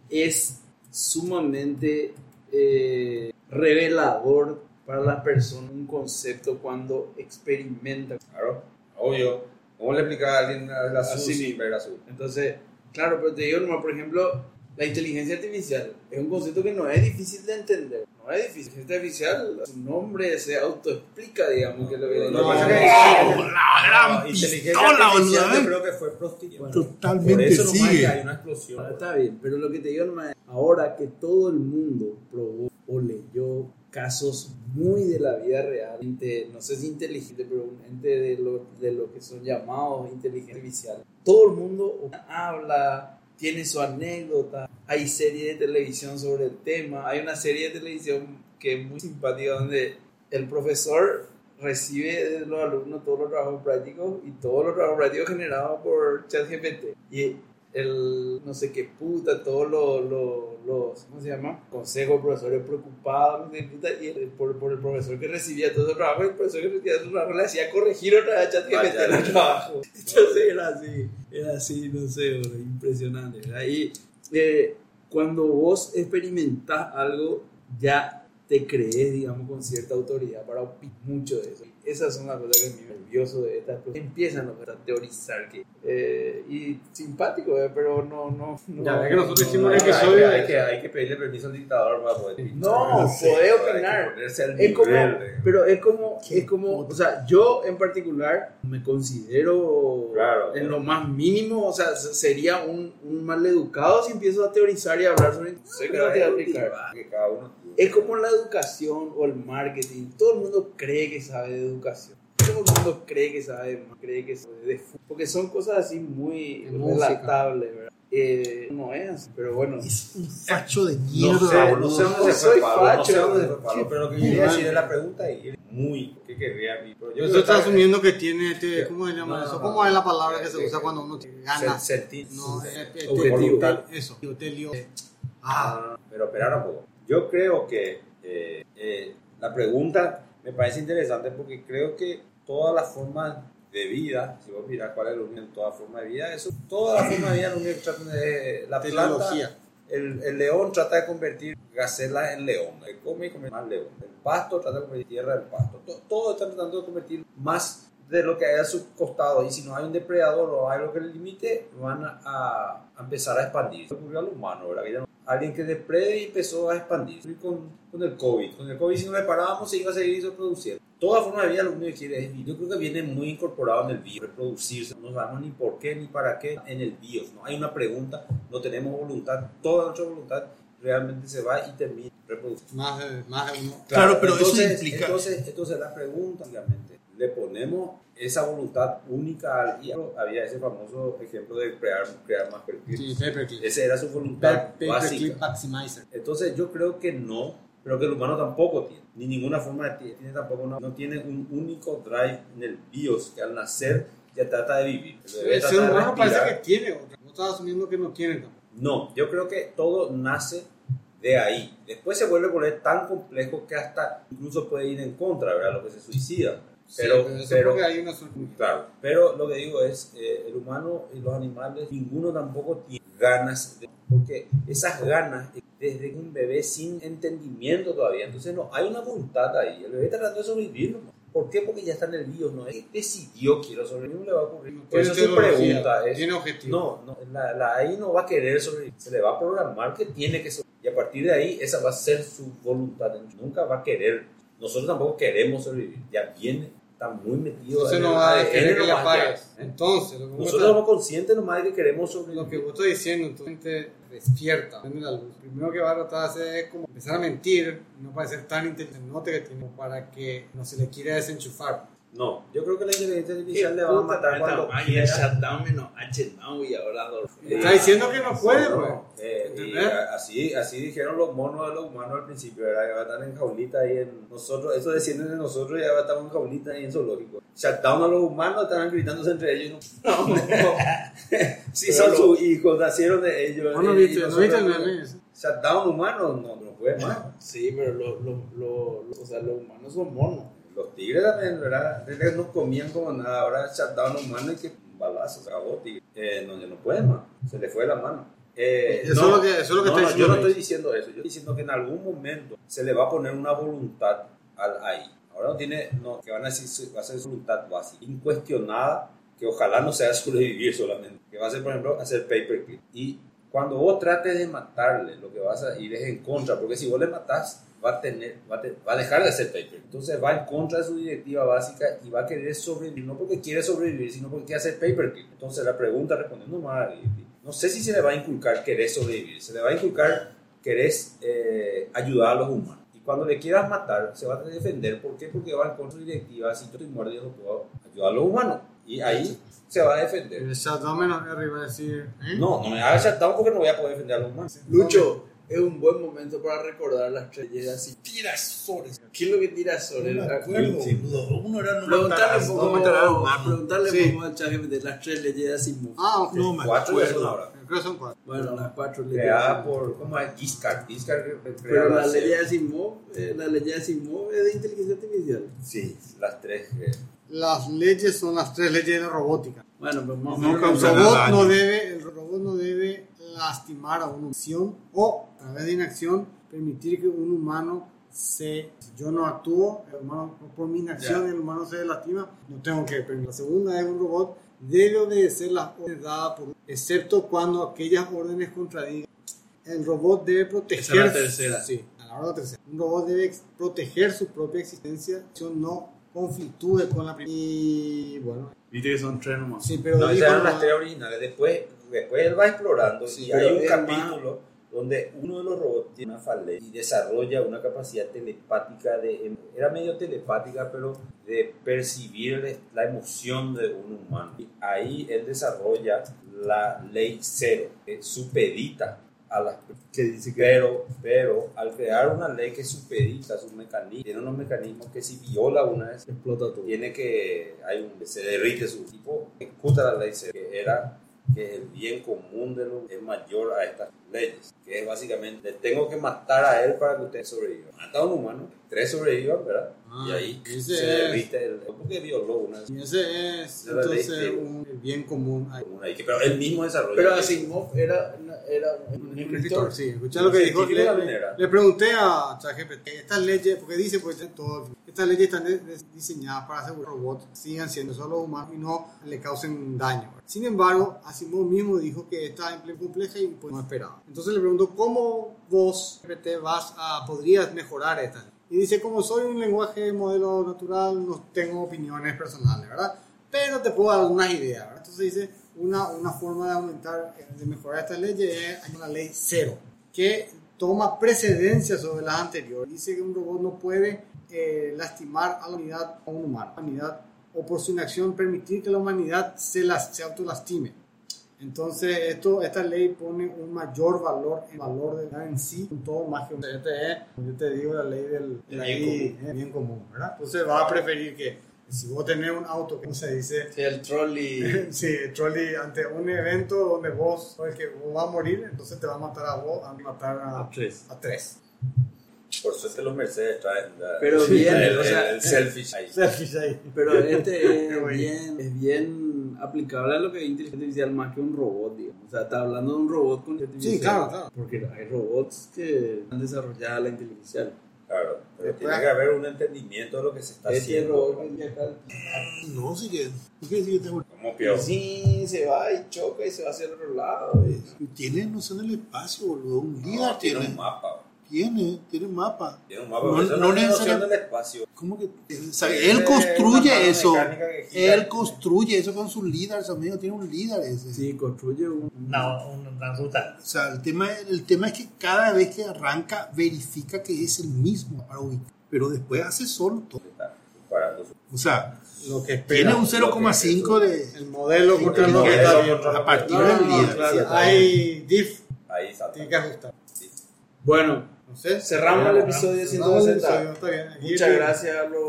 A: es sumamente eh, revelador para la persona un concepto cuando experimenta.
B: Claro, obvio. ¿Cómo le explicaba a alguien el azul
A: Así
B: sin
A: mismo.
B: ver azul?
A: Entonces, claro, pero te digo nomás, por ejemplo, la inteligencia artificial es un concepto que no es difícil de entender. No es difícil. La inteligencia artificial, su nombre se autoexplica, digamos, que es lo que...
B: No,
A: es
B: no,
A: que-
D: ¡Wow! Oh, La gran
B: Ah, Inteligencia
D: pistola,
B: artificial,
D: boludo.
B: Yo
D: ¿eh?
B: creo que fue prostituida. Por
D: Totalmente
B: eso nomás que hay
D: sigue.
B: una
A: Ahora
B: explosión.
A: está bien, pero lo que te digo nomás es, ahora que todo el mundo probó o leyó casos muy de la vida real, gente, no sé si inteligente, pero un ente de lo, de lo que son llamados inteligencia artificial, todo el mundo habla, tiene su anécdota, hay series de televisión sobre el tema, hay una serie de televisión que es muy simpática donde el profesor recibe de los alumnos todos los trabajos prácticos y todos los trabajos prácticos generados por ChatGPT. Y el no sé qué puta, todos los, los, los- ¿cómo se llama? Consejos, profesores preocupados, no sé qué puta, y el- por, por el profesor que recibía todo el trabajo, el profesor que recibía todo el trabajo le hacía corregir otra vez a ChatGPT
B: Vaya.
A: el trabajo. Entonces era así, era así, no sé, bro, impresionante, ¿verdad? Y eh, cuando vos experimentás algo, ya te crees, digamos, con cierta autoridad para opinar mucho de eso. Y esas son las cosas que me nervioso de estas cosas. Empiezan los- a teorizar que... eh, y simpático, eh, pero no... no, no
C: Ya ve que nosotros
A: no,
C: hicimos el
B: Hay que,
C: soy-
B: hay que- hay que pedirle permiso al dictador para poder.
A: No,
B: Sí,
A: podés
B: hay que
A: opinar.
B: ponerse al
A: es como,
B: nivel de-
A: pero es como, es como, o sea, yo en particular me considero
B: Claro,
A: en
B: claro.
A: lo más mínimo, o sea, se- sería un, un maleducado si empiezo a teorizar y a hablar sobre... sé que no te voy a aplicar.
B: Que cada uno-
A: Es como la educación o el marketing. Todo el mundo cree que sabe de educación. Todo el mundo cree que sabe de mar- cree que sabe de fútbol. Porque son cosas así muy
C: De música.
A: relatables, ¿verdad? Eh, no es así, pero bueno.
D: Es un facho de
B: No
D: mierda,
B: sé, no
D: boludo.
B: sé dónde se
A: Soy
B: fue Pablo, no sé
A: facho.
B: dónde se fue Pablo, pero lo que yo quería
C: Qué
B: decir es la pregunta y él muy, ¿qué querría? mi- pero yo creo
C: Yo
B: que
C: estoy
B: está-
C: asumiendo que tiene, este, ¿cómo se llama
B: No, no,
C: eso?
B: no.
C: ¿Cómo es la palabra que se
B: Eh,
C: usa
B: eh,
C: cuando uno tiene
B: se-
C: ganas?
B: sentir-
C: No,
B: se-
C: eh, eh,
B: objetivo.
C: te- Eso, yo te lío. Ah,
B: Ah, pero esperar un poco. Yo creo que eh, eh, la pregunta me parece interesante porque creo que todas las formas de vida, si vos mirás cuál es el origen de toda forma de vida, eso, todas las formas de vida lo único que tratan de la planta,
C: tecnología.
B: el, el león trata de convertir gacela en león, el come y come más león, el pasto trata de convertir tierra en pasto, To- todo está tratando de convertir más de lo que hay a su costado y si no hay un depredador o hay algo que le limite, van a, a empezar a expandirse. Eso ocurrió al humano, ¿verdad? Que ya no- Alguien que deprede y empezó a expandirse Y con, con el COVID. Con el COVID si no reparábamos se iba a seguir produciendo. Toda forma de vida lo único que quiere es vivir. Yo creo que viene muy incorporado en el virus, reproducirse. No sabemos ni por qué ni para qué en el virus. No hay una pregunta, no tenemos voluntad. Toda nuestra voluntad realmente se va y termina reproduciendo.
C: Más de, más de uno.
D: Claro, pero eso implica-
B: Entonces, entonces la pregunta, obviamente, le ponemos esa voluntad única al día. Había ese famoso ejemplo de crear, crear más perfil.
C: Sí, paperclip.
B: Esa era su voluntad
C: Paperclip
B: básica.
C: maximizer.
B: Entonces yo creo que no, pero que el humano tampoco tiene, ni ninguna forma de tiene, tiene tampoco una- no tiene un único drive en el bios que al nacer ya trata de vivir. que debe
C: El ser
B: tratar de
C: humano parece que
B: respirar.
C: tiene otra. No estás asumiendo que no tiene tampoco.
B: No, yo creo que todo nace de ahí. Después se vuelve a poner tan complejo que hasta incluso puede ir en contra, ¿verdad? Lo que se suicida. Pero,
C: eso
B: pero-
C: porque hay una solución.
B: Claro, pero lo que digo es, eh, el humano y los animales, ninguno tampoco tiene ganas, de- porque esas ganas, eh, desde que un bebé sin entendimiento todavía, entonces no, hay una voluntad ahí, el bebé está tratando de sobrevivir, nomás. ¿por qué? Porque ya está nervioso, no es que decidió quiero sobrevivir, no le va a ocurrir. Por eso su
C: teología,
B: pregunta es,
C: Tiene objetivo.
B: no, no, la, la AI no va a querer sobrevivir, se le va a programar que tiene que sobrevivir. Y a partir de ahí, esa va a ser su voluntad. Nunca va a querer. Nosotros tampoco queremos sobrevivir. Ya viene, está muy metido.
C: Entonces
B: en
C: no
B: el
C: va a
B: ADN
C: dejar que la
B: nomás
C: pagues.
B: ya, ¿eh?
C: Entonces, lo que, vos
B: Nosotros
C: estás,
B: somos conscientes nomás de que queremos sobrevivir.
C: lo que vos estás diciendo, entonces te despierta, prende la luz. Lo primero que va a tratar de hacer es como empezar a mentir, no parecer tan inteligente note que tiene, para que no se le quiera desenchufar.
B: No, yo creo que la inteligencia artificial
A: Qué
B: le va a
A: puta
B: matar
A: tanta
B: cuando
A: magia,
B: quiera.
A: shutdown menos H now y ahora dos.
B: Eh,
C: Está diciendo que no puede,
B: No,
C: pues.
B: eh, y
C: ¿Entendés?
B: a- así, así dijeron los monos de los humanos al principio, ¿verdad? Que va a estar en jaulita ahí en nosotros, eso descienden de nosotros y ahora estamos en jaulita ahí en zoológico. Shutdown a los humanos, estaban gritándose entre ellos. No, no. sí,
A: Pero
B: son
A: lo-
B: sus hijos, nacieron de ellos. eh,
C: ¿Vos no
B: y- y
C: viste, no
B: nosotros-
C: viste el meme ese?
B: Shutdown humanos, no, no puede más.
A: Sí, pero lo, lo, lo, lo- o sea, los humanos son monos.
B: Los tigres también, ¿verdad? Desde que no comían como nada, ahora shutdown humano y que balazo, se acabó, tigre. Eh, no, ya no pueden más, se le fue la mano. Eh, no,
C: Eso es lo que- eso es lo que
B: no,
C: está
B: no,
C: diciendo
B: Yo no
C: Luis.
B: estoy diciendo eso, yo estoy diciendo que en algún momento se le va a poner una voluntad al ahí. Ahora no tiene, no, que van a decir, su- va a ser su voluntad básica, incuestionada, que ojalá no sea sobrevivir solamente, que va a ser, por ejemplo, hacer paperclip. Y cuando vos trates de matarle, lo que vas a ir es en contra, porque si vos le matás, va a, tener, va a, te- va a dejar de hacer paper. Entonces va en contra de su directiva básica y va a querer sobrevivir, no porque quiere sobrevivir, sino porque quiere hacer paperclip. Entonces la pregunta, respondiendo mal, no sé si se le va a inculcar querer sobrevivir, se le va a inculcar querés eh, ayudar a los humanos. Y cuando le quieras matar, se va a defender. ¿Por qué? Porque va en contra de su directiva, si yo estoy muerto, yo no puedo ayudar a los humanos. Y ahí se va a defender.
C: El shutdown menos R iba a decir. ¿eh?
B: No, no me hagas shutdown porque no voy a poder defender a los humanos.
A: Lucho, es un buen momento para recordar las trelleras y
D: Tirasores.
A: ¿Qué es lo que tira sobre
D: No
A: el
D: me acuerdo, boludo. Uno era no
A: Preguntarle
D: matarás,
A: un
D: no
A: poco,
D: matarás,
A: preguntarle
C: Sí.
A: un poco al ChatGPT las tres leyendas sin mundo.
C: Ah, ok.
D: No me
B: Cuatro ya son
D: acuerdo.
B: ahora.
C: Creo que son cuatro.
A: Bueno, las cuatro
B: Creada
A: leyendas.
B: por, ¿cómo es? Giscard. Giscard cre-
A: Pero
B: creada
A: la
B: hace-
A: ley de Asimov, eh, la ley de Asimov es de inteligencia artificial.
B: Sí, las tres. eh.
C: Las leyes son las tres leyes de la robótica.
A: Bueno, pues más o
D: No
A: menos.
C: El
D: causará
C: robot
D: daño.
C: no debe, el robot no debe lastimar a una acción o a través de inacción permitir que un humano se si yo no actúo, el humano por mi inacción el humano se lastima, no tengo que permitir. La segunda es un robot debe obedecer las órdenes dadas por excepto cuando aquellas órdenes contradigan. El robot debe proteger
A: Esa es la tercera.
C: Sí, a la hora tercera. Un robot debe ex- proteger su propia existencia, yo no conflictúe con la primera. Y bueno,
A: Viste que son tres nomás.
C: sí, pero
B: No, esas
C: dijo
B: eran
C: nomás-
B: las tres originales. Después, después él va explorando
A: Sí,
B: y hay
A: pero
B: un
A: es
B: capítulo donde uno de los robots tiene una falencia y desarrolla una capacidad telepática de... Era medio telepática, pero de percibir la emoción de un humano. Y ahí él desarrolla la ley cero, que supedita a las
A: Que dice
B: pero, pero al crear una ley que supedita sus mecanismos, tiene unos mecanismos que si viola una vez,
A: explota todo.
B: tiene que, hay un, se derrite su tipo, ejecuta la ley cero, que era que el bien común de los es mayor a estas leyes, que es básicamente, le tengo que matar a él para que usted sobreviva. Mata a un humano, tres sobrevivan, ¿verdad?
C: Ah,
B: y ahí se
C: ese es.
B: derrite el, porque violó una
C: Y ese es
B: De la ley,
C: entonces
B: sí.
C: un el bien común. Ahí.
B: una ley, que- pero él mismo desarrolla.
A: Pero
B: la ley.
A: Asimov era, era un escritor.
C: Sí, escuchá lo que
B: Sí,
C: dijo.
B: sí,
C: Le,
B: la manera.
C: le pregunté a ChatGPT, estas leyes, porque dice, pues de todo, estas leyes están de- de- diseñadas para asegurar que los robots sigan siendo solo humanos y no le causen daño. Sin embargo, Asimov mismo dijo que esta es compleja y pues, no esperaba. Entonces le pregunto, ¿cómo vos, GPT, vas a, podrías mejorar estas leyes? Y dice, como soy un lenguaje modelo natural, no tengo opiniones personales, ¿verdad? pero te puedo dar algunas ideas. ¿verdad? Entonces dice, una, una forma de aumentar, eh, de mejorar estas leyes es hay una ley cero, que toma precedencia sobre las anteriores. Dice que un robot no puede eh, lastimar a la unidad a un humano, a la humanidad, o por su inacción permitir que la humanidad se, las, se autolastime. Entonces, esto, esta ley pone un mayor valor en valor de la en sí, con todo más que un este es, como yo te digo, la ley del
B: El
C: la
B: bien
C: ley, eh, bien común, ¿verdad? Entonces, va a preferir que si vos tenés un auto, que se dice?
A: Sí, el troll y...
C: Sí, trolley, ante un evento donde vos, sos el que vos vas a morir, entonces te va a matar a vos, a matar a,
A: tres.
C: a tres.
B: Por suerte los Mercedes traen la-
A: Pero bien,
B: el,
A: o sea-
B: el selfish ahí.
C: Selfies ahí.
A: Pero este es bien, es bien aplicable a lo que es inteligencia artificial más que un robot, digamos. O sea, está hablando de un robot con inteligencia
C: Sí, claro, claro.
A: Porque hay robots que han desarrollado la inteligencia artificial.
B: Claro, pero tiene que haber un entendimiento de lo que se está
A: Este
B: haciendo.
A: robot vendía acá.
D: No, sí que. ¿Por qué sí que tengo-
B: Como
A: Y
B: peor.
A: Sí, se va y choca y se va hacia el otro lado. y-
D: Tiene noción del espacio, boludo. Un día
B: No, tiene
D: tiene.
B: un mapa.
D: Tiene, tiene un mapa.
B: Tiene un mapa.
D: No-
B: pero eso
D: no
B: es una noción
D: necesariamente-
B: del espacio.
D: ¿Cómo que? o sea,
B: Es una
D: él
B: mano
D: construye eso.
B: mecánica que gira.
D: Él construye eso con sus líderes, amigo. Tiene un líder ese.
A: Sí, construye un.
E: No, un resultado.
D: O sea, el tema, el tema es que cada vez que arranca, verifica que es el mismo para ubicar. Pero después hace solo todo.
B: Está comparando su-
D: O sea,
C: Lo que
D: tiene
C: espera.
D: un 0,5 de.
C: El modelo contra lo que
B: modelo
C: está
B: contra
C: viendo.
B: lo
D: A
B: que-
D: partir
C: No,
D: del
C: no, no,
D: líder.
C: claro. Hay diff.
B: Ahí está.
C: Tiene que ajustar.
A: Bueno,
C: No sé.
A: cerramos el episodio
C: Cerramos el
A: 160.
C: episodio, está bien. Aquí
A: Muchas
C: le-
A: gracias a los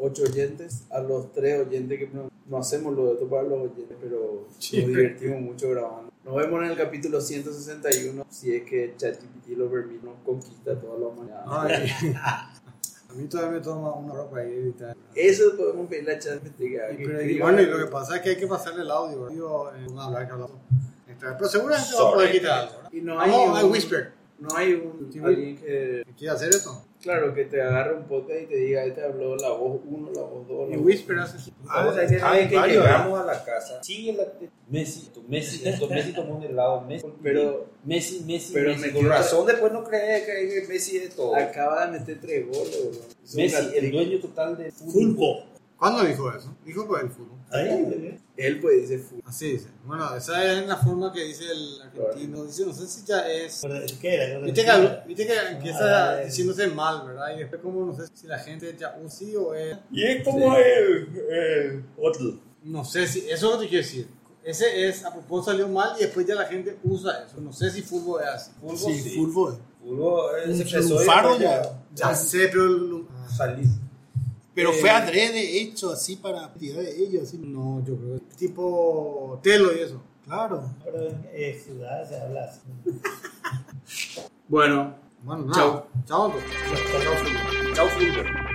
A: ocho oyentes, a los tres oyentes que no, no hacemos lo de esto para los oyentes, pero nos divertimos mucho grabando. Nos vemos en el capítulo 161, si es que ChatGPT lo permite, nos conquista toda la humanidad.
C: Ay. A mí todavía me toma una ropa ahí editar.
A: Eso podemos pedirle a ChatGPT que haga,
C: Y,
A: que
C: pero, y
A: escriba.
C: bueno, y lo que pasa es que hay que pasarle el audio. ¿verdad? Digo, eh, vamos a hablar que hablamos. Este, Pero seguramente va a poder
B: Sorry.
C: quitar algo. ¿verdad?
A: Y no hay,
C: Vamos a
A: un-
C: Whisper.
A: no hay un,
C: Sí,
A: alguien que,
C: ¿Quieres hacer eso?
A: claro, que te agarre un podcast y te diga, este habló la voz 1, la voz 2,
C: Y Whisper hace eso.
B: Vamos a decir ¿sabes qué? llegamos a la casa. Sigue la Messi, tu Messi, esto Messi tomó un helado, Messi.
A: Pero
B: Messi, Messi,
A: Pero
B: Messi.
A: me
B: Con
A: quiero-
B: razón después no crees que Messi es todo.
A: acaba de meter tres goles, bro. Es un
B: Messi, el
A: hat-trick.
B: dueño total de fútbol.
E: Fulco.
C: ¿Cuándo dijo eso? Dijo por el fútbol.
E: Ahí,
A: Él pues dice full.
C: Así dice. Bueno, esa es la forma que dice el argentino. Dice, no sé si ya es.
E: ¿Qué era?
C: Viste que, viste que empieza
E: Ah, eh.
C: diciéndose mal, ¿verdad? Y después, como no sé si la gente ya un sí o es.
B: Y es como el, el otro.
C: No sé si. Eso es lo que quiero decir. Ese es, a propósito salió mal y después ya la gente usa eso. No sé si fútbol es así.
B: Fútbol,
D: Sí,
B: sí.
D: fútbol.
B: Fútbol, eh,
D: Un-
B: se empezó
D: un
B: y
D: faro
B: después
D: ya.
C: Ya sé, pero. el-
B: Salí.
D: Pero
C: Eh,
D: fue adrede hecho así para actividad de ellos. Así.
C: No, yo creo que tipo Telo y eso.
D: Claro.
E: Pero en eh, ciudad se habla así.
A: Bueno,
C: Bueno,
A: Chao.
C: nada. Chao. Chao. Chao.
B: Chao, fútbol.